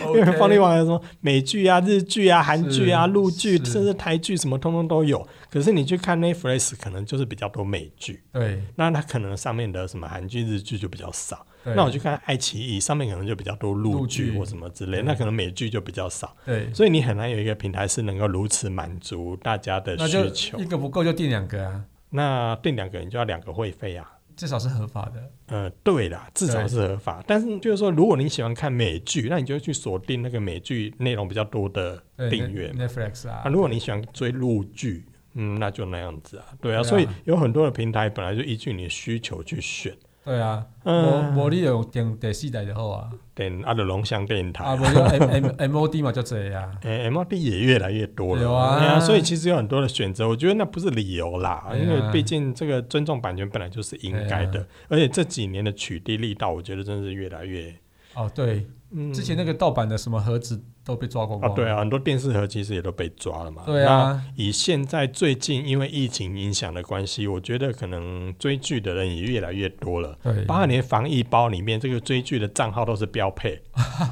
Speaker 2: 因
Speaker 1: 因
Speaker 2: 为 放力网有什么美剧啊、日剧啊、韩剧啊、
Speaker 1: 是
Speaker 2: 陆剧，
Speaker 1: 是
Speaker 2: 甚至台剧什么，通通都有。可是你去看 Netflix，可能就是比较多美剧，
Speaker 1: 对，
Speaker 2: 那它可能上面的什么韩剧、日剧就比较少。
Speaker 1: 对
Speaker 2: 那我去看爱奇艺，上面可能就比较多陆
Speaker 1: 陆
Speaker 2: 剧
Speaker 1: 剧
Speaker 2: 或什么之类，
Speaker 1: 对
Speaker 2: 那可能美剧就比较少。
Speaker 1: 对，
Speaker 2: 所以你很难有一个平台是能够如此满足大家的
Speaker 1: 那就
Speaker 2: 需求
Speaker 1: 一。个不够就订两个啊，
Speaker 2: 那订两个人就要两个会费啊。
Speaker 1: 至少是合法的。
Speaker 2: 呃，对啦，至少
Speaker 1: 对
Speaker 2: 是合法。但是就是说，如果你喜欢看美剧，那你就去锁定那个美剧内容比较多的
Speaker 1: 对
Speaker 2: 订阅嘛
Speaker 1: Netflix 啊
Speaker 2: 啊，，如果你喜欢追陆剧，嗯，那就那样子啊，对
Speaker 1: 对
Speaker 2: 啊，
Speaker 1: 啊
Speaker 2: 所以有很多的平台本来就依据你的需求去选，
Speaker 1: 对啊，我
Speaker 2: 嗯，
Speaker 1: 我你有点第四代的后啊，
Speaker 2: 点阿的龙翔电影台
Speaker 1: 啊，
Speaker 2: 啊。
Speaker 1: 我就 M M M O D 嘛，就这样。啊
Speaker 2: 哎、m r d 也越来越多了，
Speaker 1: 有啊
Speaker 2: 哎呀所以其实有很多的选择，我觉得那不是理由啦，
Speaker 1: 对啊
Speaker 2: 因为毕竟这个尊重版权本来就是应该的，
Speaker 1: 对啊
Speaker 2: 而且这几年的取缔力道，我觉得真是越来越，
Speaker 1: 哦，对，
Speaker 2: 嗯，
Speaker 1: 之前那个盗版的什么盒子都被抓光
Speaker 2: 啊，
Speaker 1: 光。
Speaker 2: 对啊，很多电视盒其实也都被抓了嘛，
Speaker 1: 对啊，
Speaker 2: 以现在最近因为疫情影响的关系，我觉得可能追剧的人也越来越多了。
Speaker 1: 对，
Speaker 2: 八年防疫包里面，这个追剧的账号都是 标配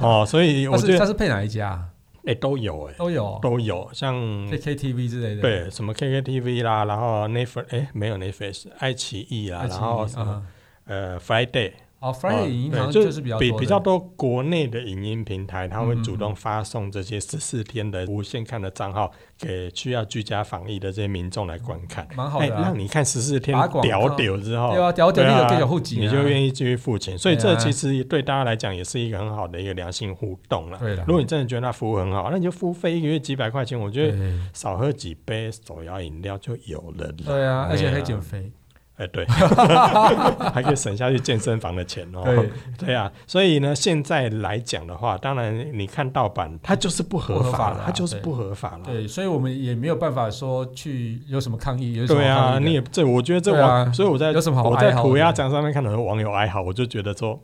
Speaker 2: 哦，所以我
Speaker 1: 它是
Speaker 2: 觉
Speaker 1: 它
Speaker 2: 得
Speaker 1: 是配哪一家啊？
Speaker 2: 哎、都有哎、
Speaker 1: 都有，
Speaker 2: 都有，像
Speaker 1: 配 KTV 之类的。
Speaker 2: 对啊什么 KKTV 啦，然后 Netflix 哎、没有 Netflix，爱奇艺啦，
Speaker 1: 爱奇艺，
Speaker 2: 然后什么、
Speaker 1: 啊
Speaker 2: 呃 Friday
Speaker 1: E 哦，Friday 影音好像
Speaker 2: 对
Speaker 1: 就是比较
Speaker 2: 比
Speaker 1: 多
Speaker 2: 比
Speaker 1: 的
Speaker 2: 较多国内的影音平台，它会主
Speaker 1: 嗯嗯
Speaker 2: 动发送这些十四天的无限看的账号给需要居家防疫的这些民众来观看。
Speaker 1: 蛮好的啊
Speaker 2: 让你看十四天
Speaker 1: 打广告
Speaker 2: 屌屌之后，
Speaker 1: 对啊，屌屌
Speaker 2: 哎对
Speaker 1: 那个
Speaker 2: 啊
Speaker 1: 更有户籍，
Speaker 2: 你就愿意继续付钱，所以
Speaker 1: 对啊
Speaker 2: 这其实对大家来讲也是一个很好的一个良性互动了。
Speaker 1: 对啊了，
Speaker 2: 如果你真的觉得那服务很好，那你就付费一个月几百块钱，我觉得
Speaker 1: 对
Speaker 2: 少喝几杯手摇饮料就有了啦。
Speaker 1: 对啊，而且可以减肥，
Speaker 2: 哎， 对，还可以省下去健身房的钱哦。
Speaker 1: 对，
Speaker 2: 对啊，所以呢，现在来讲的话，当然你看盗版，它就是不合
Speaker 1: 不合法
Speaker 2: 法
Speaker 1: 啦
Speaker 2: 了，它就是不合法了。
Speaker 1: 对，所以我们也没有办法说去有什么抗议，有什么
Speaker 2: 对
Speaker 1: 抗
Speaker 2: 啊，
Speaker 1: 议的
Speaker 2: 你也这，我觉得这
Speaker 1: 对啊
Speaker 2: 网，所以我在
Speaker 1: 有什么好
Speaker 2: 我
Speaker 1: 哀
Speaker 2: 在
Speaker 1: 嚎的
Speaker 2: 涂鸦墙上面看到很多网友哀嚎，我就觉得说，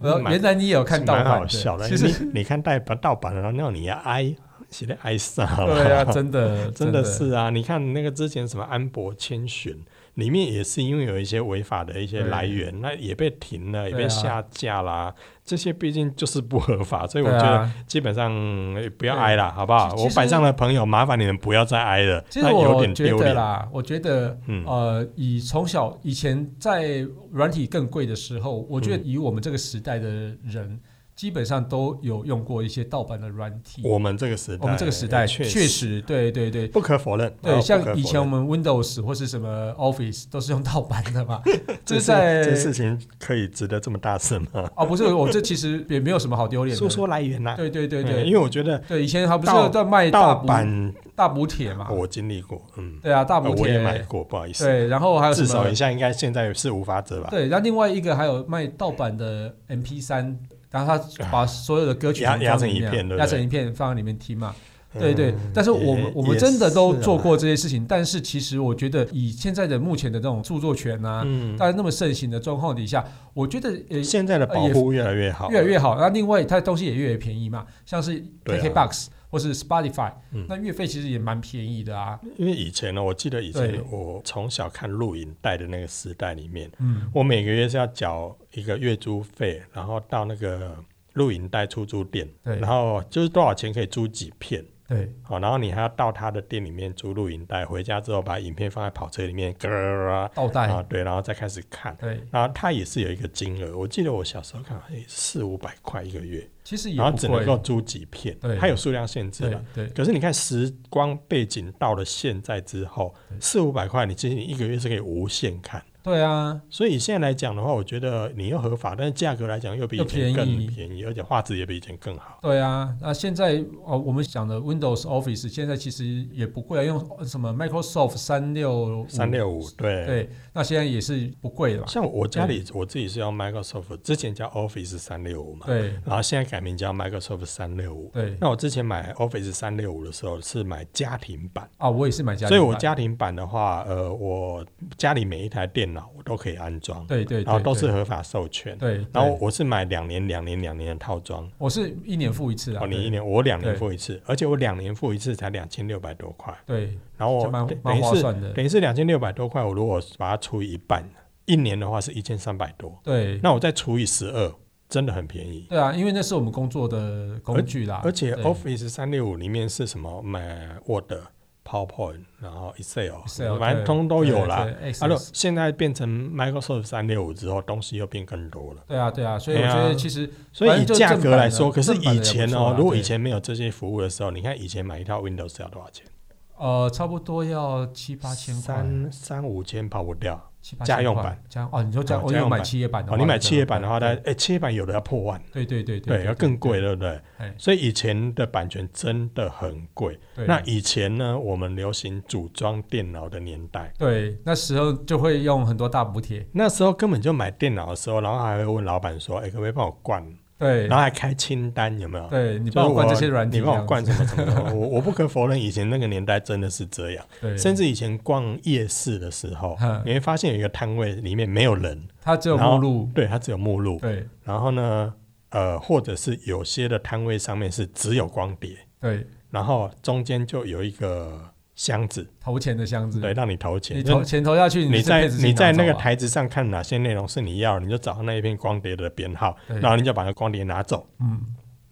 Speaker 1: 然后
Speaker 2: 蛮
Speaker 1: 原来呃你也有看盗
Speaker 2: 蛮
Speaker 1: 版
Speaker 2: 好
Speaker 1: 的，
Speaker 2: 笑的。
Speaker 1: 其实
Speaker 2: 你你看盗版盗版的，然后你要哀，写的哀伤。
Speaker 1: 对啊，真的
Speaker 2: 真的是啊！你看那个之前什么安博千寻，里面也是因为有一些违法的一些
Speaker 1: 对
Speaker 2: 来源，那也被停了，也
Speaker 1: 对啊
Speaker 2: 被下架啦。这些毕竟就是不合法，所以
Speaker 1: 对
Speaker 2: 我觉得
Speaker 1: 啊，
Speaker 2: 基本上呃不要
Speaker 1: 对
Speaker 2: 挨啦，好不好？
Speaker 1: 其其
Speaker 2: 我
Speaker 1: 实
Speaker 2: 板上的朋友，麻烦你们不要再挨了，
Speaker 1: 其
Speaker 2: 那
Speaker 1: 实
Speaker 2: 有
Speaker 1: 我
Speaker 2: 点
Speaker 1: 觉
Speaker 2: 丢
Speaker 1: 得
Speaker 2: 脸。
Speaker 1: 啦，我觉得
Speaker 2: 嗯，
Speaker 1: 呃，以从小以前在软体更贵的时候，我觉得
Speaker 2: 嗯
Speaker 1: 以我们这个时代的人，基本上都有用过一些盗版的软体。
Speaker 2: 我们这个时代，
Speaker 1: 我们这个时代
Speaker 2: 确
Speaker 1: 确实，对对对。
Speaker 2: 不可否认。
Speaker 1: 对，
Speaker 2: 哦
Speaker 1: 像以前我，们 Windows 或是什么 Office 都是用盗版的 嘛，
Speaker 2: 不可否认这
Speaker 1: 这
Speaker 2: 是
Speaker 1: 在
Speaker 2: 这事情可以值得这么大声吗？
Speaker 1: 哦，不是我这其实也没有什么好丢脸的。
Speaker 2: 说说来源呐，
Speaker 1: 对对对
Speaker 2: 嗯
Speaker 1: 对
Speaker 2: 因为我觉得
Speaker 1: 对，以前还不
Speaker 2: 盗
Speaker 1: 是在卖大
Speaker 2: 盗
Speaker 1: 补
Speaker 2: 版
Speaker 1: 大补帖嘛？
Speaker 2: 我经历过，嗯，
Speaker 1: 对啊，大
Speaker 2: 呃
Speaker 1: 补
Speaker 2: 我也买
Speaker 1: 帖。
Speaker 2: 过，不好意思。
Speaker 1: 对，然后还有
Speaker 2: 至
Speaker 1: 什
Speaker 2: 少
Speaker 1: 么
Speaker 2: 一？下，应该现在是无法者吧？
Speaker 1: 对，然后另外一个还有卖盗版的 MP 三，然后他把所有的歌曲
Speaker 2: 压
Speaker 1: 从
Speaker 2: 压成
Speaker 1: 里面
Speaker 2: 一片对不对
Speaker 1: 压成一片放在里面听嘛。对对
Speaker 2: 嗯，
Speaker 1: 但是我们
Speaker 2: 也啊
Speaker 1: 我们真的都做，
Speaker 2: 也
Speaker 1: 过这些事情，但是其实我觉得以现在的目前的这种著作权
Speaker 2: 是啊
Speaker 1: 啊，
Speaker 2: 嗯，
Speaker 1: 大家那么盛行的状况底下，我觉得呃
Speaker 2: 现在的保护越来越好，
Speaker 1: 越来越好。那另外它的东西也越来越便宜嘛，像是
Speaker 2: 对啊
Speaker 1: KKBox 或是 Spotify，
Speaker 2: 嗯
Speaker 1: 那月费其实也蛮便宜的啊。
Speaker 2: 因为以前呢，我记得以前
Speaker 1: 对
Speaker 2: 我从小看录影带的那个时代里面，
Speaker 1: 嗯，
Speaker 2: 我每个月是要缴一个月租费，然后到那个录影带出租店，
Speaker 1: 对
Speaker 2: 然后就是多少钱可以租几片。
Speaker 1: 对
Speaker 2: 好，然后你还要到他的店里面租录影带，回家之后把影片放在跑车里面，咯咯
Speaker 1: 倒
Speaker 2: 咯啊
Speaker 1: 带，，
Speaker 2: 对，然后再开始看。
Speaker 1: 对，
Speaker 2: 然后它也是有一个金额，我记得我小时候看好像也四五百块一个月，
Speaker 1: 其实也
Speaker 2: 然后
Speaker 1: 不
Speaker 2: 只
Speaker 1: 贵
Speaker 2: 能够租几片
Speaker 1: 对，
Speaker 2: 它有数量限制
Speaker 1: 对
Speaker 2: 的。
Speaker 1: 对
Speaker 2: 可是你看，时光背景到了现在之后，四五百块，你其实你一个月是可以无限看。
Speaker 1: 对啊，
Speaker 2: 所以现在来讲的话，我觉得你又合法，但是价格来讲又比以前
Speaker 1: 又
Speaker 2: 更
Speaker 1: 便宜
Speaker 2: 便宜，而且画质也比以前更好。
Speaker 1: 对啊，那现在哦，我们讲的 Windows Office 现在其实也不贵啊，用什么 Microsoft 三六
Speaker 2: 三六五对。
Speaker 1: 嗯对，那现在也是不贵了吧？
Speaker 2: 像我家里我自己是用 Microsoft，之前叫 Office 三六五嘛，
Speaker 1: 对
Speaker 2: 然后现在改名叫 Microsoft 三六五。
Speaker 1: 对
Speaker 2: 那我之前买 Office 三六五的时候是买家庭版，
Speaker 1: 啊，我也是买家
Speaker 2: 所
Speaker 1: 庭版，
Speaker 2: 以我家庭版的话，呃，我家里每一台电脑我都可以安装，
Speaker 1: 对对
Speaker 2: 然后
Speaker 1: 对
Speaker 2: 都是
Speaker 1: 对
Speaker 2: 合法授权。
Speaker 1: 对，
Speaker 2: 然后
Speaker 1: 对
Speaker 2: 我是买两年、两年、两年的套装，
Speaker 1: 我是一年付一次啊，
Speaker 2: 哦，你
Speaker 1: 对
Speaker 2: 一年我两年
Speaker 1: 对
Speaker 2: 付一次，而且我两年付一次才两千六百多块，
Speaker 1: 对，
Speaker 2: 然后
Speaker 1: 就
Speaker 2: 我
Speaker 1: 蛮
Speaker 2: 哦等等
Speaker 1: 蛮
Speaker 2: 于
Speaker 1: 划
Speaker 2: 是
Speaker 1: 算的，
Speaker 2: 等于是两千六百多块，我如果把它除以一半，一年的话是一千三百多，
Speaker 1: 对
Speaker 2: 那我再除以十二，真的很便宜。
Speaker 1: 对啊，因为那是我们工作的工具啦，
Speaker 2: 而且
Speaker 1: 啊对
Speaker 2: Office 三六五里面是什么？买 Word、PowerPoint，然后 Excel，,
Speaker 1: Excel，
Speaker 2: 反正
Speaker 1: 对
Speaker 2: 通都有啦。。
Speaker 1: 对对
Speaker 2: 啊，
Speaker 1: Access
Speaker 2: 那现在变成 Microsoft 三六五之后，东西又变更多了。
Speaker 1: 对啊，对啊，所以我
Speaker 2: 对
Speaker 1: 觉
Speaker 2: 啊
Speaker 1: 得其实
Speaker 2: 所以以价格来说，
Speaker 1: 反
Speaker 2: 可
Speaker 1: 正就是正版的
Speaker 2: 以前
Speaker 1: 正版的也不错
Speaker 2: 哦
Speaker 1: 啦，
Speaker 2: 如果
Speaker 1: 对
Speaker 2: 以前没有这些服务的时候，你看以前买一套 Windows 要多少钱？
Speaker 1: 呃，差不多要七八千块，啊
Speaker 2: 三三五千跑不掉。
Speaker 1: 七八千块
Speaker 2: 家用版，
Speaker 1: 家哦，你说家，
Speaker 2: 哦
Speaker 1: 我
Speaker 2: 家
Speaker 1: 有
Speaker 2: 用
Speaker 1: 买
Speaker 2: 版
Speaker 1: 企业版的话，
Speaker 2: 哦，你买企业版的话，它
Speaker 1: 对
Speaker 2: 哎，企业版有的要破万，
Speaker 1: 对对对
Speaker 2: 对，要更贵，，对不对
Speaker 1: 哎？
Speaker 2: 所以以前的版权真的很贵。
Speaker 1: 对
Speaker 2: 那以前呢，我们流行组装电脑的年代，
Speaker 1: 对那时候就会用很多大补贴，
Speaker 2: 那时候根本就买电脑的时候，然后还会问老板说：“哎、可不可以帮我灌
Speaker 1: 对？”
Speaker 2: 然后还开清单，有没有？
Speaker 1: 对，你
Speaker 2: 就是
Speaker 1: 帮我灌这些软体，
Speaker 2: 你帮我灌
Speaker 1: 这
Speaker 2: 什么什么什么？我我不可否认，以前那个年代真的是这样。
Speaker 1: 样子，
Speaker 2: 甚
Speaker 1: 对，
Speaker 2: 至以前逛夜市的时候
Speaker 1: 嗯，
Speaker 2: 你会发现有一个摊位里面没有人，
Speaker 1: 它只有目录，
Speaker 2: 对，它只有目录。
Speaker 1: 对
Speaker 2: 然后呢，呃，或者是有些的摊位上面是只有光碟，
Speaker 1: 对，
Speaker 2: 然后中间就有一个箱子，
Speaker 1: 投钱的箱子，
Speaker 2: 对，，让你投钱。
Speaker 1: 嗯你
Speaker 2: 就是
Speaker 1: 投钱投下去，
Speaker 2: 你
Speaker 1: 你
Speaker 2: 在你在那个
Speaker 1: 台，
Speaker 2: 台子上看哪些内容是你要的，你就找到那一片光碟的编号，
Speaker 1: 对
Speaker 2: 然后你就把那光碟拿走。
Speaker 1: 嗯，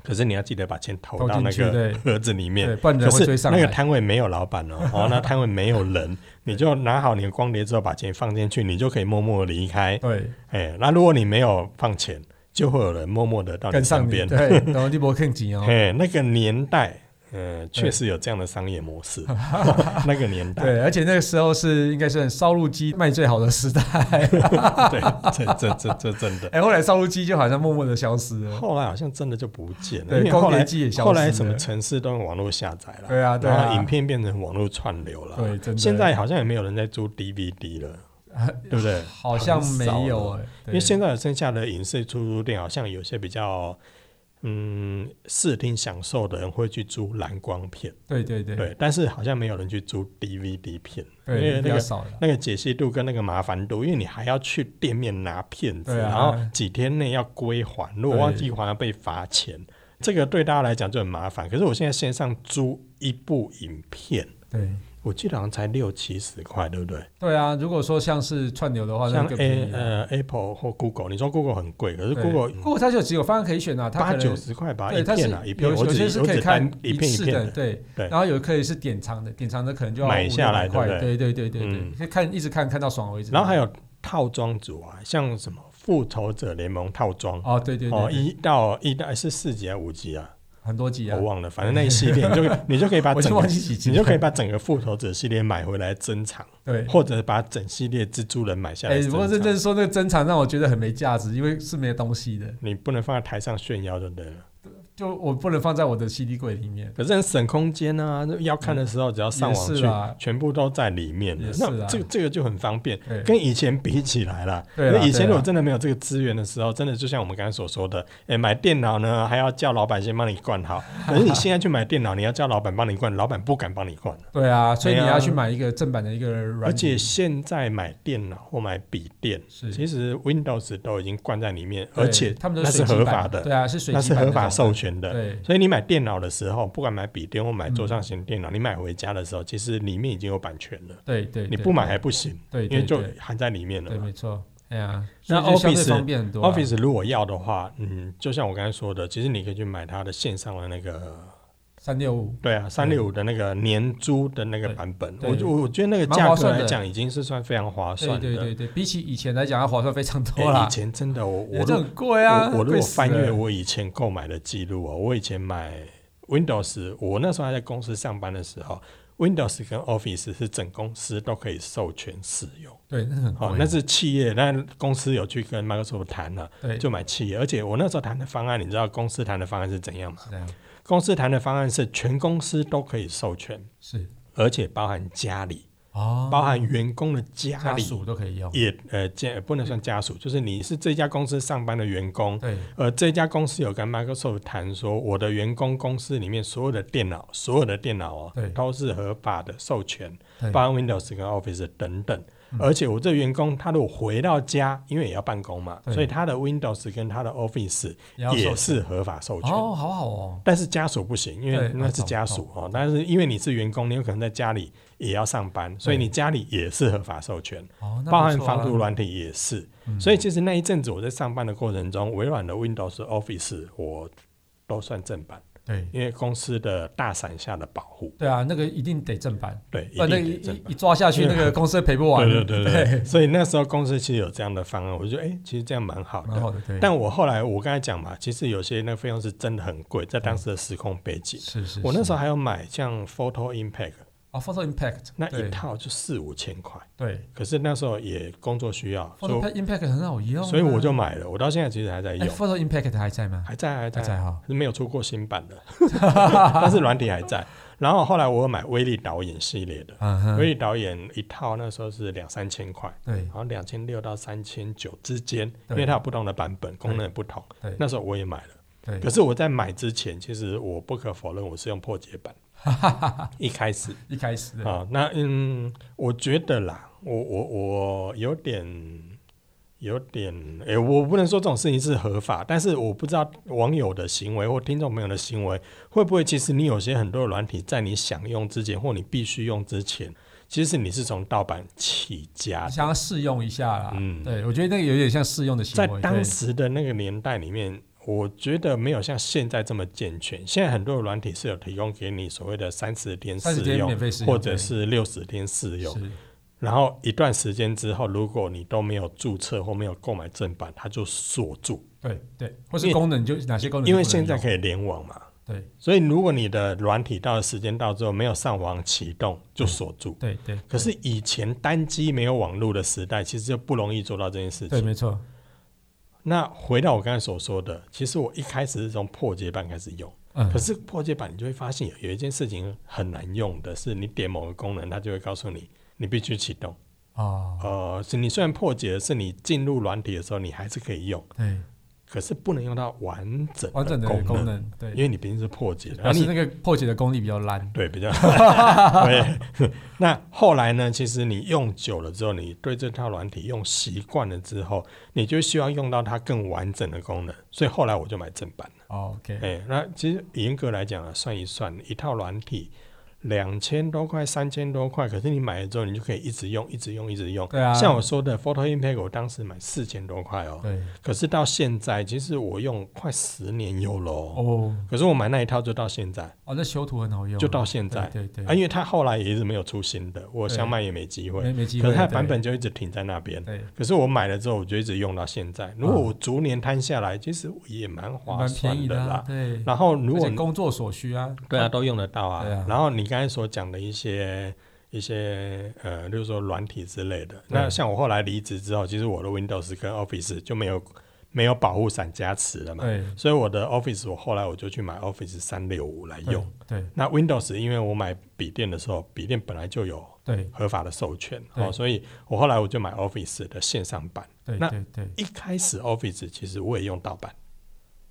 Speaker 2: 可是你要记得把钱投
Speaker 1: 投
Speaker 2: 到
Speaker 1: 进
Speaker 2: 那
Speaker 1: 去
Speaker 2: 个
Speaker 1: 对
Speaker 2: 盒子里面
Speaker 1: 对，。不然
Speaker 2: 可
Speaker 1: 人会追
Speaker 2: 是
Speaker 1: 上
Speaker 2: 那
Speaker 1: 来。
Speaker 2: 个摊位没有老板 哦，哦，那摊位没有人，你就拿好你的光碟之后把钱放进去，你就可以默默地离开。
Speaker 1: 对，
Speaker 2: 哎，那如果你没有放钱，就会有人默默的到你
Speaker 1: 跟上
Speaker 2: 身
Speaker 1: 你，
Speaker 2: 边。
Speaker 1: 对，然后你不看紧 哦。
Speaker 2: 嘿，那个年代，呃，确实有这样的商业模 式。 那个年代，
Speaker 1: 对，而且那个时候是应该是很烧录机卖最好的时代。
Speaker 2: 对，这这这这真的。
Speaker 1: 哎，后来烧录机就好像默默的消失了。
Speaker 2: 后来好像真的就不见了，
Speaker 1: 嗯对
Speaker 2: 因为
Speaker 1: 光
Speaker 2: 后来
Speaker 1: 碟机也消失了
Speaker 2: 后来什么城市都用网络下载了，
Speaker 1: 对啊对啊
Speaker 2: 然后影片变成网络串流了，
Speaker 1: 对，真的。
Speaker 2: 现在好像也没有人在租 DVD 了，对不对？
Speaker 1: 好像没
Speaker 2: 很
Speaker 1: 有
Speaker 2: 少了
Speaker 1: 哎，
Speaker 2: 因为现
Speaker 1: 在
Speaker 2: 在剩下的影视出租店好像有些比较，嗯，视听享受的人会去租蓝光片，
Speaker 1: 对对对
Speaker 2: 对，但是好像没有人去租 DVD 片，因为
Speaker 1: 对比
Speaker 2: 那
Speaker 1: 较
Speaker 2: 个
Speaker 1: 少了。
Speaker 2: 那个解析度跟那个麻烦度，因为你还要去店面拿片子，
Speaker 1: 对啊
Speaker 2: 然后几天内要归还，如果忘记还要被罚钱，这个对大家来讲就很麻烦。可是我现在线上租一部影片，
Speaker 1: 对
Speaker 2: 我记得好像才六七十块，对不对？
Speaker 1: 对啊，如果说像是串流的话，那
Speaker 2: 像
Speaker 1: 更
Speaker 2: A
Speaker 1: 便宜啊。
Speaker 2: 呃 Apple 或 Google，你说 Google 很贵，可是
Speaker 1: 对
Speaker 2: Google
Speaker 1: Google 它就有几个方案可以选啊，它
Speaker 2: 八
Speaker 1: 可能
Speaker 2: 九十块吧，
Speaker 1: 对，
Speaker 2: 一
Speaker 1: 它是
Speaker 2: 片啊，一
Speaker 1: 有
Speaker 2: 片，
Speaker 1: 有
Speaker 2: 我只
Speaker 1: 些是
Speaker 2: 我
Speaker 1: 可以
Speaker 2: 只
Speaker 1: 看
Speaker 2: 单一片一
Speaker 1: 次
Speaker 2: 片
Speaker 1: 的，
Speaker 2: 的，
Speaker 1: 对，
Speaker 2: 对
Speaker 1: 然后有可以是典藏的，典藏的可能就要
Speaker 2: 买
Speaker 1: 500
Speaker 2: 下来
Speaker 1: 块，
Speaker 2: 对不
Speaker 1: 对对对对对
Speaker 2: 嗯，
Speaker 1: 可以看一直看看到爽为止。
Speaker 2: 然后还有套装组啊，像什么复仇者联盟套装。
Speaker 1: 哦，对对
Speaker 2: 哦，
Speaker 1: 对，
Speaker 2: 一到一到是四集还是五集啊？
Speaker 1: 很多集啊
Speaker 2: 我，忘了，反正那一系列你 就你就可以把
Speaker 1: 我就
Speaker 2: 整
Speaker 1: 忘
Speaker 2: 个
Speaker 1: 记几集，
Speaker 2: 你就可以把整个复仇者系列买回来珍藏，
Speaker 1: 对。
Speaker 2: 或者把整系列蜘蛛人买下来
Speaker 1: 哎，
Speaker 2: 珍
Speaker 1: 不
Speaker 2: 藏。
Speaker 1: 过认真说，那个珍藏让我觉得很没价值，因为是没东西的，
Speaker 2: 你不能放在台上炫耀就对了，
Speaker 1: 就我不能放在我的 CD 柜里面。
Speaker 2: 可是很省空间啊！要看的时候只要上网
Speaker 1: 嗯也
Speaker 2: 去
Speaker 1: 是啦，
Speaker 2: 全部都在里面了
Speaker 1: 也。是啊
Speaker 2: 那这个这个就很方便，
Speaker 1: 对
Speaker 2: 跟以前比起来啦。
Speaker 1: 对啦
Speaker 2: 那以前
Speaker 1: 对啦
Speaker 2: 如果真的没有这个资源的时候，真的就像我们刚才所说的，哎，买电脑呢还要叫老板先帮你灌好，可是你现在去买电脑，你要叫老板帮你灌，老板不敢帮你灌。
Speaker 1: 对啊，所以你
Speaker 2: 对啊
Speaker 1: 要去买一个正版的一个软
Speaker 2: 而且
Speaker 1: 体，
Speaker 2: 现在买电脑或买笔电，
Speaker 1: 是
Speaker 2: 其实 Windows 都已经灌在里面，
Speaker 1: 对
Speaker 2: 而且
Speaker 1: 他们都
Speaker 2: 那是
Speaker 1: 随机
Speaker 2: 合
Speaker 1: 版
Speaker 2: 法
Speaker 1: 的，
Speaker 2: 的，
Speaker 1: 对啊，是随
Speaker 2: 那
Speaker 1: 机
Speaker 2: 是
Speaker 1: 版
Speaker 2: 合
Speaker 1: 那
Speaker 2: 法
Speaker 1: 种
Speaker 2: 授权的。
Speaker 1: 对
Speaker 2: 所以你买电脑的时候，不管买笔电或买桌上型电脑，你买回家的时候，其实里面已经有版权了，
Speaker 1: 对对，
Speaker 2: 你
Speaker 1: 对
Speaker 2: 不买还不行，
Speaker 1: 对，
Speaker 2: 因为就
Speaker 1: 对对
Speaker 2: 含在里面了
Speaker 1: 对，
Speaker 2: 嘛。
Speaker 1: 没错，哎呀，
Speaker 2: 那
Speaker 1: 所以就相对
Speaker 2: Office-
Speaker 1: 方便很多啊。
Speaker 2: Office 如果要的话，嗯，就像我刚才说的，其实你可以去买它的线上的那个，
Speaker 1: 三六五，
Speaker 2: 对啊，三六五的那个年租的那个
Speaker 1: 对
Speaker 2: 版本，
Speaker 1: 对
Speaker 2: 我我我觉得那个
Speaker 1: 蛮
Speaker 2: 价
Speaker 1: 划
Speaker 2: 格
Speaker 1: 算
Speaker 2: 来
Speaker 1: 的
Speaker 2: 讲，已经是算非常划
Speaker 1: 对
Speaker 2: 算
Speaker 1: 对
Speaker 2: 的。
Speaker 1: 对对，比起以前来讲，要划算非常多
Speaker 2: 欸
Speaker 1: 啦
Speaker 2: 以。前真的，我我
Speaker 1: 也
Speaker 2: 如
Speaker 1: 这很贵啊，
Speaker 2: 我我如
Speaker 1: 贵
Speaker 2: 果
Speaker 1: 死
Speaker 2: 翻阅
Speaker 1: 了
Speaker 2: 我以前购买的记录哦，我以前买 Windows，我那时候还在公司上班的时候，Windows 跟 Office 是整公司都可以授权使用。
Speaker 1: 对，那很
Speaker 2: 哦
Speaker 1: 贵，，
Speaker 2: 那是企业，那公司有去跟 Microsoft 谈了、
Speaker 1: 对
Speaker 2: 就买企业。而且我那时候谈的方案，你知道公司谈的方案是怎样吗？
Speaker 1: 是这样，
Speaker 2: 公司谈的方案是全公司都可以授权，
Speaker 1: 是
Speaker 2: 而且包含家里，
Speaker 1: 哦，
Speaker 2: 包含员工的家
Speaker 1: 家
Speaker 2: 里。
Speaker 1: 属都可以用，
Speaker 2: 也呃，家不能算家属，就是你是这家公司上班的员工，
Speaker 1: 对
Speaker 2: 呃，这家公司有跟 Microsoft 谈说，我的员工公司里面所有的电脑，所有的电脑哦
Speaker 1: 对，
Speaker 2: 都是合法的授权，
Speaker 1: 对嗯
Speaker 2: 包含 Windows 跟 Office 等等。而且我这员工他如果回到家，因为也要办公嘛，
Speaker 1: 对
Speaker 2: 所以他的 Windows 跟他的 Office
Speaker 1: 也要
Speaker 2: 也
Speaker 1: 授
Speaker 2: 是合法授权。
Speaker 1: 哦，好好哦，
Speaker 2: 但是家属不行，因为
Speaker 1: 对
Speaker 2: 那是
Speaker 1: 哦
Speaker 2: 家属哦。但是因为你是员工，你有可能在家里也要上班，所以
Speaker 1: 对
Speaker 2: 你家里也是合法授权。
Speaker 1: 哦，那
Speaker 2: 包含
Speaker 1: 不错啊
Speaker 2: 防毒软体也是。
Speaker 1: 嗯
Speaker 2: 所以其实那一阵子我在上班的过程中，微软的 Windows Office 我都算正版，
Speaker 1: 对
Speaker 2: 因为公司的大伞下的保护，
Speaker 1: 对啊，那个一定得正版，
Speaker 2: 对，一
Speaker 1: 不然那个
Speaker 2: 定
Speaker 1: 一
Speaker 2: 得正
Speaker 1: 哦一
Speaker 2: 版。
Speaker 1: 一抓下去，那个公司赔不完。
Speaker 2: 对对对对对， 所以那时候公司其实有这样的方案，我就觉得哎、其实这样蛮好
Speaker 1: 蛮
Speaker 2: 的。
Speaker 1: 好的，对。
Speaker 2: 但我后来我刚才讲嘛，其实有些那个费用是真的很贵，在当时的时空背景，
Speaker 1: 是嗯是，
Speaker 2: 我那时
Speaker 1: 候
Speaker 2: 候还有买像 Photo Impact
Speaker 1: 啊，Photo Impact
Speaker 2: 那一
Speaker 1: 对
Speaker 2: 套就四五千块，
Speaker 1: 对
Speaker 2: 可是那时候也工作需要，所以
Speaker 1: ，Photo Impact 很好用
Speaker 2: 我
Speaker 1: 啊，
Speaker 2: 所以我就买了，我到现在其实还在
Speaker 1: 哎
Speaker 2: 用。
Speaker 1: ，Photo Impact 还在吗？
Speaker 2: 还在还在
Speaker 1: 还在哈
Speaker 2: 可是没有出过新版的， 但是软体还在。然后后来我有买威力导演系列的，
Speaker 1: 嗯哼，
Speaker 2: 威力导演一套那时候是两三千块，
Speaker 1: 对
Speaker 2: 然后两千六到三千九之间，因
Speaker 1: 对
Speaker 2: 为它有不同的版本，功能也不同
Speaker 1: 对。
Speaker 2: 那时候我也买了，
Speaker 1: 对
Speaker 2: 可，是我在买之前，其实我不可否认我是用破 解版，一开始
Speaker 1: 一开始的
Speaker 2: 啊，那嗯，我觉得啦，我我我有点。有点，诶、我不能说这种事情是合法，但是我不知道网友的行为或听众朋友的行为会不会，其实你有些很多软体在你想用之前或你必须用之前，其实你是从盗版起家的。
Speaker 1: 想要试用一下啦。
Speaker 2: 啊嗯
Speaker 1: 对，我觉得那个有点像试用的行
Speaker 2: 在
Speaker 1: 为。
Speaker 2: 当
Speaker 1: 对
Speaker 2: 时的那个年代里面，我觉得没有像现在这么健全。现在很多的软体是有提供给你所谓的三十天
Speaker 1: 三十
Speaker 2: 试
Speaker 1: 天
Speaker 2: 用
Speaker 1: 免，费试用，
Speaker 2: 或者
Speaker 1: 对
Speaker 2: 是六十天试用。
Speaker 1: 是
Speaker 2: 然后一段时间之后，如果你都没有注册或没有购买正版，它就锁住。
Speaker 1: 对对，或是
Speaker 2: 因为
Speaker 1: 功能就哪些功能就不能
Speaker 2: 因
Speaker 1: 用，
Speaker 2: 为现在可以联网嘛，
Speaker 1: 对
Speaker 2: 所以如果你的软体到了时间到之后没有上网启动，就锁住。
Speaker 1: 嗯对对，
Speaker 2: 可是以前单机没有网络的时代，其实就不容易做到这件事
Speaker 1: 对，
Speaker 2: 情。
Speaker 1: 没错，
Speaker 2: 那回到我刚才所说的，其实我一开始是从破解版开始用，
Speaker 1: 嗯
Speaker 2: 可，是破解版你就会发现有有一件事情很难用的是，你点某个功能，它就会告诉你你必须启动。
Speaker 1: 哦，
Speaker 2: 呃，是你虽然破解的是你进入软体的时候，你还是可以用，
Speaker 1: 对，
Speaker 2: 可是不能用到完整
Speaker 1: 完整的
Speaker 2: 功
Speaker 1: 功能，对
Speaker 2: 因，为你毕竟是破解的，
Speaker 1: 表示
Speaker 2: 你
Speaker 1: 那个破解的功力比较烂，
Speaker 2: 对， 比较对。 那后来呢？其实你用久了之后，你对这套软体用习惯了之后，你就需要用到它更完整的功能。所以后来我就买正版了。
Speaker 1: 哦，OK，
Speaker 2: 哎、那其实严格来讲啊，算一算，一套软体两千多块、三千多块，可是你买了之后，你就可以一直用、一直用、一直用。
Speaker 1: 对啊
Speaker 2: 像我说的 Photo Impact，我当时买四千多块哦，
Speaker 1: 对，
Speaker 2: 可是到现在，其实我用快十年有了、哦。
Speaker 1: 哦，
Speaker 2: 可是我买那一套就到现在，
Speaker 1: 哦，那修图很好用，
Speaker 2: 就到现在。
Speaker 1: 对对
Speaker 2: 啊，
Speaker 1: 对，
Speaker 2: 因为它后来也一直没有出新的，我想买也没机会
Speaker 1: 没，没机会，
Speaker 2: 可是它的
Speaker 1: 对
Speaker 2: 版本就一直停在那边。
Speaker 1: 对，哦
Speaker 2: 可是我买了之后，我就一直用到现在。如果我逐年摊下来，其实也蛮划
Speaker 1: 蛮便
Speaker 2: 算
Speaker 1: 宜的啊
Speaker 2: 啦，。
Speaker 1: 对，
Speaker 2: 然后如
Speaker 1: 而
Speaker 2: 果
Speaker 1: 且工作所需啊，
Speaker 2: 对啊，都用得到啊。
Speaker 1: 对啊
Speaker 2: 然后你刚才所讲的一些一些呃，就是说软体之类的。那像我后来离职之后，其实我的 Windows 跟 Office 就没有没有保护伞加持了嘛。
Speaker 1: 对，
Speaker 2: 所以我的 Office 我后来我就去买 Office 三六五来
Speaker 1: 对
Speaker 2: 用。，
Speaker 1: 对
Speaker 2: 那 Windows 因为我买笔电的时候，笔电本来就有
Speaker 1: 对
Speaker 2: 合法的授权
Speaker 1: 对
Speaker 2: 哦，所以我后来我就买 Office 的线上版。
Speaker 1: 对
Speaker 2: 那
Speaker 1: 对对，
Speaker 2: 一开始 Office 其实我也用盗版，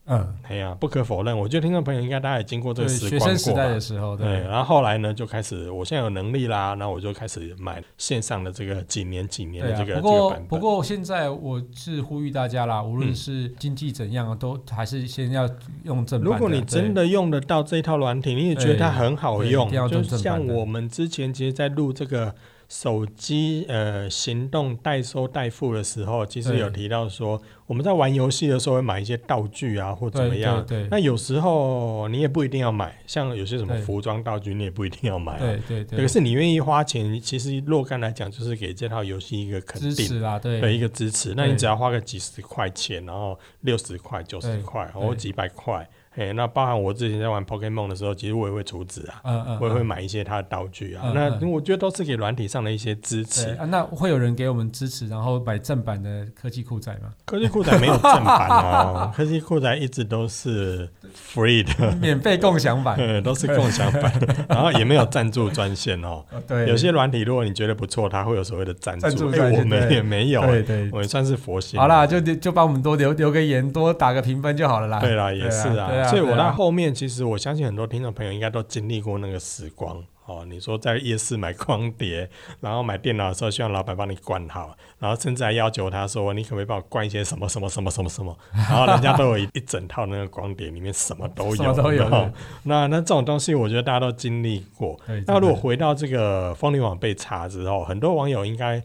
Speaker 1: 嗯，
Speaker 2: 哎呀，不可否认，我觉得听众朋友应该大家也经过这
Speaker 1: 对，
Speaker 2: 个时
Speaker 1: 学生
Speaker 2: 光过
Speaker 1: 时
Speaker 2: 吧哎
Speaker 1: 代的时候，
Speaker 2: 对，
Speaker 1: 对
Speaker 2: 然后后来呢，就开始我现在有能力啦，然后我就开始买线上的这个几年几年
Speaker 1: 对
Speaker 2: 的
Speaker 1: 啊
Speaker 2: 这，个、
Speaker 1: 不
Speaker 2: 这个
Speaker 1: 过
Speaker 2: 版本。嗯
Speaker 1: 不过现在我是呼吁大家啦，无论是经济怎样啊，都还是先要用正版
Speaker 2: 如
Speaker 1: 的。
Speaker 2: 果你真的用得到这一套软体，你也觉得它很好用，
Speaker 1: 对对一定要
Speaker 2: 就
Speaker 1: 用
Speaker 2: 是
Speaker 1: 正版
Speaker 2: 像
Speaker 1: 的
Speaker 2: 我们之前其实，在录这个手机呃行动代收代付的时候，其实
Speaker 1: 对
Speaker 2: 有提到说，我们在玩游戏的时候会买一些道具啊，或
Speaker 1: 对
Speaker 2: 怎么样。
Speaker 1: 对对
Speaker 2: 那有时候你也不一定要买，像有些什么
Speaker 1: 对
Speaker 2: 服装道具，你也不一定要买、啊。
Speaker 1: 对对
Speaker 2: 可是你愿意花钱，其实若干来讲，就是给这套游戏一个肯
Speaker 1: 支
Speaker 2: 定
Speaker 1: 持啦，对
Speaker 2: 的一个支持。那你
Speaker 1: 对
Speaker 2: 只要花个几十块钱，然后六十块、九十块，
Speaker 1: 对
Speaker 2: 或几百块，哎，那包含我之前在玩 Pokemon 的时候，其实我也会储值啊，
Speaker 1: 嗯嗯，
Speaker 2: 我也会
Speaker 1: 嗯
Speaker 2: 买一些它的道具啊。
Speaker 1: 嗯
Speaker 2: 那
Speaker 1: 嗯
Speaker 2: 我觉得都是给软体上的一些支
Speaker 1: 对
Speaker 2: 持。
Speaker 1: 啊，那会有人给我们支持，然后买正版的科技酷仔吗？
Speaker 2: 科技酷宅没有正版哦，科技酷宅一直都是 free 的，
Speaker 1: 免费共享 版，
Speaker 2: 呃都是共享版， 然后也没有赞助专线哦。
Speaker 1: 呃对，
Speaker 2: 有些软体，如果你觉得不错，它会有所谓的赞助。
Speaker 1: 赞助
Speaker 2: 哎
Speaker 1: 专线
Speaker 2: 我们
Speaker 1: 对
Speaker 2: 也没有，
Speaker 1: 对对。
Speaker 2: 我也算是佛心。啊
Speaker 1: 好啦，就就帮我们多留留个言，多打个评分就好了啦。
Speaker 2: 对啦，也是
Speaker 1: 对啊对啊
Speaker 2: 所以我
Speaker 1: 对
Speaker 2: 到
Speaker 1: 啊
Speaker 2: 后面，其实我相信很多听众朋友应该都经历过那个时光。哦，你说在夜市买光碟，然后买电脑的时候，希望老板帮你灌好，然后甚至还要求他说，你可不可以帮我灌一些什么什么什么什么什么？ 然后人家都有一一整套那个光碟，里面什么都有，
Speaker 1: 什么都有
Speaker 2: 你知道吗 那那这种东西，我觉得大家都经历过。
Speaker 1: 对，
Speaker 2: 那如果
Speaker 1: 真的
Speaker 2: 回到这个风铃网被查之后，很多网友应该，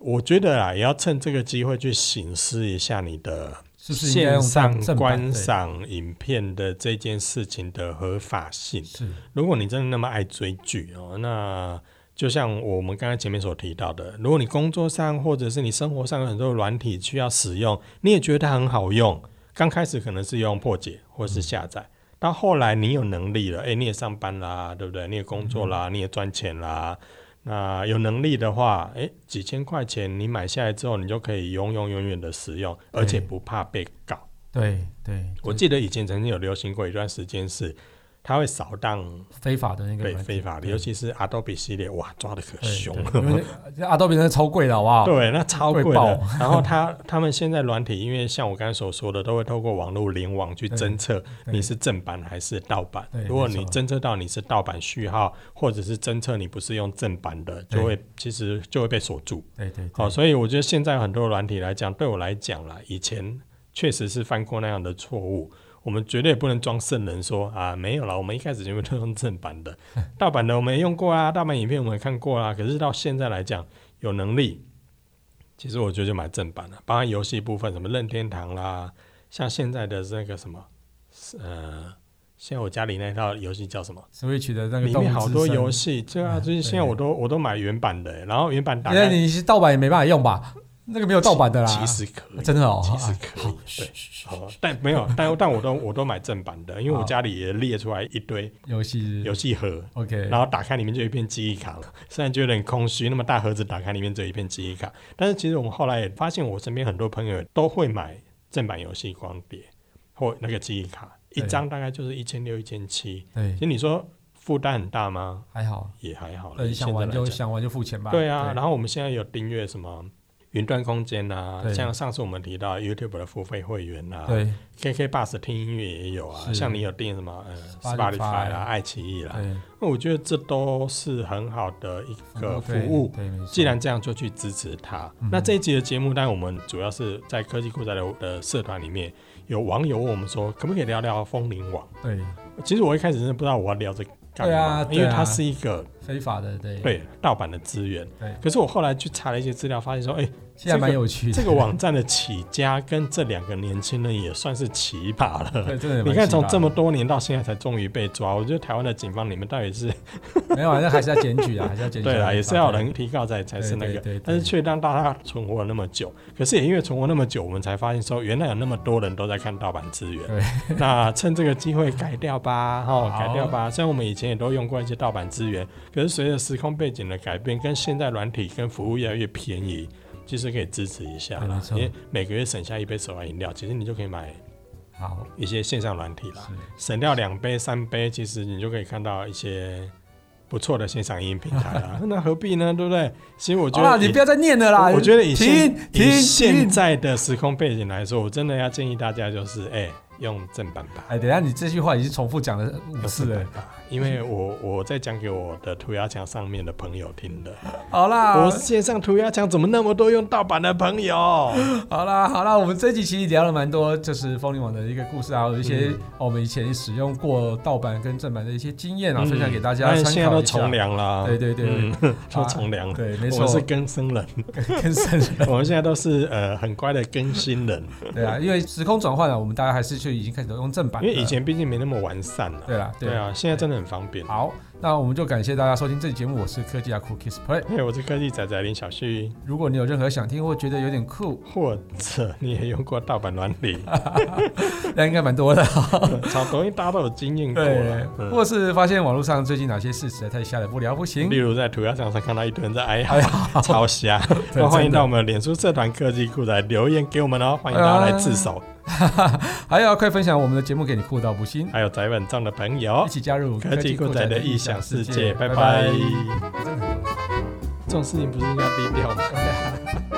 Speaker 2: 我觉得啊，也要趁这个机会去审视一下你的
Speaker 1: 是不是应该
Speaker 2: 线
Speaker 1: 用
Speaker 2: 上
Speaker 1: 正正版
Speaker 2: 观
Speaker 1: 对
Speaker 2: 赏影片的这件事情的合法性。
Speaker 1: 是
Speaker 2: 如果你真的那么爱追剧哦，那就像我们刚才前面所提到的，如果你工作上或者是你生活上有很多软体需要使用，你也觉得它很好用，刚开始可能是用破解或是下载。到后来你有能力了，哎、你也上班啦，对不对？你也工作啦，你也赚钱啦。那有能力的话，哎、几千块钱你买下来之后，你就可以永永远远的使用，而且不怕被告。
Speaker 1: 对对，
Speaker 2: 我记得以前曾经有流行过一段时间是，它会扫荡
Speaker 1: 非法的那个
Speaker 2: 对
Speaker 1: 软件
Speaker 2: 非法的，
Speaker 1: 对
Speaker 2: 尤其是 Adobe 系列，哇，抓的可
Speaker 1: 对
Speaker 2: 凶。啊
Speaker 1: 对因为那啊 Adobe 真的超贵的，好不好？
Speaker 2: 对，那超贵
Speaker 1: 贵
Speaker 2: 的
Speaker 1: 爆。
Speaker 2: 然后他他们现在软体，因为像我刚才所说的，都会透过网络联网去
Speaker 1: 对
Speaker 2: 侦测
Speaker 1: 对
Speaker 2: 你是正版还是盗版
Speaker 1: 对。
Speaker 2: 如果
Speaker 1: 没
Speaker 2: 你
Speaker 1: 错
Speaker 2: 侦测到你是盗版序号，或者是侦测你不是用正版的，就
Speaker 1: 对
Speaker 2: 会其实就会被锁住。
Speaker 1: 对对，
Speaker 2: 好，
Speaker 1: 对
Speaker 2: 所以我觉得现在很多软体来讲，对我来讲啦，以前确实是犯过那样的错误。我们绝对不能装圣人说啊，没有啦，我们一开始全部都用正版 的，盗版的我们也用过啊，盗版影片我们也看过啊。可是到现在来讲，有能力，其实我觉得就买正版了，包含游戏部分，什么任天堂啦、像现在的那个什么，呃，现在我家里那套游戏叫什么？
Speaker 1: Switch 的那个
Speaker 2: 里
Speaker 1: 动物
Speaker 2: 面好
Speaker 1: 之
Speaker 2: 多
Speaker 1: 森
Speaker 2: 游，戏，对啊，
Speaker 1: 嗯
Speaker 2: 就是现在我都我都买原版的，欸然后原版打
Speaker 1: 那
Speaker 2: 开，
Speaker 1: 你是盗版也没办法用吧？那个没有盗版的啦，
Speaker 2: 其实可以，
Speaker 1: 真的哦，
Speaker 2: 其实
Speaker 1: 啊
Speaker 2: 可以
Speaker 1: 好
Speaker 2: 对
Speaker 1: 嘘嘘嘘
Speaker 2: 好，但没有，但但我都我都买正版的，因为我
Speaker 1: 好嗯
Speaker 2: 家里也列出来一堆
Speaker 1: 游戏
Speaker 2: 游戏盒，
Speaker 1: OK，
Speaker 2: 然后打开里面就一片记忆卡了，虽然觉得很空虚，那么大盒子打开里面只有一片记忆卡，但是其实我们后来也发现，我身边很多朋友都会买正版游戏光碟或那个记忆卡，一
Speaker 1: 对
Speaker 2: 张大概就是一千六、一千七，
Speaker 1: 对
Speaker 2: 其实你说负担很大吗？
Speaker 1: 还好，
Speaker 2: 也还好啦，
Speaker 1: 对，
Speaker 2: 以
Speaker 1: 呃想
Speaker 2: 现在
Speaker 1: 玩
Speaker 2: 来
Speaker 1: 就
Speaker 2: 讲。
Speaker 1: 想玩就付钱吧。
Speaker 2: 对啊，然后我们现在有订阅什么云端空间啊，
Speaker 1: 对
Speaker 2: 像上次我们提到 YouTube 的付费会员啊
Speaker 1: 对
Speaker 2: ，KK Bus 听音乐也有啊，
Speaker 1: 是
Speaker 2: 像你有订什么呃
Speaker 1: Spotify 啊
Speaker 2: Spotify 啦、爱奇艺啦，
Speaker 1: 对，嗯
Speaker 2: 那我觉得这都是很好的一个服务。
Speaker 1: 对，对没错
Speaker 2: 既然这样，就去支持它。
Speaker 1: 嗯
Speaker 2: 那这一集的节目，当然我们主要是在科技酷宅的的社团里面，有网友问我们说，可不可以聊聊风铃网？
Speaker 1: 对
Speaker 2: 其实我一开始真的不知道我要聊这干
Speaker 1: 对
Speaker 2: 嘛，
Speaker 1: 啊对啊
Speaker 2: 因为它是一个
Speaker 1: 非法的，对，
Speaker 2: 对盗版的资源
Speaker 1: 对。
Speaker 2: 可是我后来去查了一些资料，发现说，哎、
Speaker 1: 现在蛮有趣的。
Speaker 2: 这个网站的起家跟这两个年轻人也算是奇葩了。
Speaker 1: 对，真的也蛮
Speaker 2: 你看，
Speaker 1: 奇
Speaker 2: 从
Speaker 1: 葩
Speaker 2: 这么多年到现在才终于被抓，我觉得台湾的警方你们到底是
Speaker 1: 的没有啊，那还是要检举啊，还是要检举啊。
Speaker 2: 对啦，也是要有
Speaker 1: 对
Speaker 2: 人提告才才是那
Speaker 1: 对
Speaker 2: 个
Speaker 1: 对对对，
Speaker 2: 但是却让大家存活了那么久。可是也因为存活那么久，我们才发现说，原来有那么多人都在看盗版资源。 那趁这个机会改掉吧，哈，
Speaker 1: 好
Speaker 2: 改掉吧。虽然我们以前也都用过一些盗版资源，可是随着时空背景的改变，跟现在软体跟服务越来越便宜，其实可以支持一下
Speaker 1: 对
Speaker 2: 啦
Speaker 1: 没。错
Speaker 2: 因为每个月省下一杯手摇饮料，其实你就可以买
Speaker 1: 好
Speaker 2: 一些线上软体啦。
Speaker 1: 是
Speaker 2: 省掉两杯三杯，其实你就可以看到一些不错的线上音频台 了。那何必呢？对不对？其实我觉
Speaker 1: 好啦，
Speaker 2: 得以，
Speaker 1: 你不要再念了啦。
Speaker 2: 我我觉得以现
Speaker 1: 停
Speaker 2: 以
Speaker 1: 停
Speaker 2: 现
Speaker 1: 停。
Speaker 2: 在的时空背景来说，我真的要建议大家就是，哎、用正版吧。
Speaker 1: 哎，等一下，你这句话已经重复讲了五次
Speaker 2: 用正
Speaker 1: 了
Speaker 2: 版。吧，因为我我在讲给我的涂鸦墙上面的朋友听的。
Speaker 1: 好啦
Speaker 2: 我，线上涂鸦墙怎么那么多用盗版的 朋友？
Speaker 1: 好啦，好啦，我们这集其实聊了蛮多，就是风铃网的一个故事啊，有一些
Speaker 2: 嗯
Speaker 1: 我们以前使用过盗版跟正版的一些经验啊，
Speaker 2: 嗯
Speaker 1: 分享给大家
Speaker 2: 但
Speaker 1: 参
Speaker 2: 现在
Speaker 1: 考
Speaker 2: 都
Speaker 1: 一
Speaker 2: 从
Speaker 1: 下。
Speaker 2: 良了。
Speaker 1: 对对对，
Speaker 2: 嗯， 都从良了。
Speaker 1: 对，没
Speaker 2: 我
Speaker 1: 错
Speaker 2: 们，是更生人。
Speaker 1: 跟上人。
Speaker 2: 我们现在都是呃很乖的更新人，
Speaker 1: 对啊，因为时空转换啊，我们大家还是就已经开始用正版
Speaker 2: 因
Speaker 1: 了。
Speaker 2: 为以前毕竟没那么完善了、
Speaker 1: 对啦，
Speaker 2: 对啊，现在真的很方便。
Speaker 1: 好，那我们就感谢大家收听这期节目，我是科技啊 Cookies Play。
Speaker 2: 嘿，我是科技仔仔林小旭，
Speaker 1: 如果你有任何想听或觉得有点酷，
Speaker 2: 或者你也用过盗版软 体，
Speaker 1: 哦那应该蛮多的。
Speaker 2: 超多，因为大家都有经验过
Speaker 1: 对
Speaker 2: 了，。嗯
Speaker 1: 或是发现网络上最近哪些事实在太吓人不聊不行
Speaker 2: 例，如在涂鸦墙上看到一堆人在哀
Speaker 1: 哎
Speaker 2: 嚎、超瞎，
Speaker 1: 对
Speaker 2: 那欢迎
Speaker 1: 真的
Speaker 2: 到我们的脸书社团科技库来留言给我们哦，欢迎大家来自
Speaker 1: 啊
Speaker 2: 首，
Speaker 1: 还有快分享我们的节目给你酷到不行，
Speaker 2: 还有宅本账的朋友
Speaker 1: 一，起加入
Speaker 2: 科技酷
Speaker 1: 酷
Speaker 2: 宅
Speaker 1: 宅
Speaker 2: 的异
Speaker 1: 异
Speaker 2: 想
Speaker 1: 想
Speaker 2: 世界，
Speaker 1: 界。
Speaker 2: 拜
Speaker 1: 拜
Speaker 2: 拜。
Speaker 1: 真的很
Speaker 2: 这种事情不是应该低调吗？
Speaker 1: 多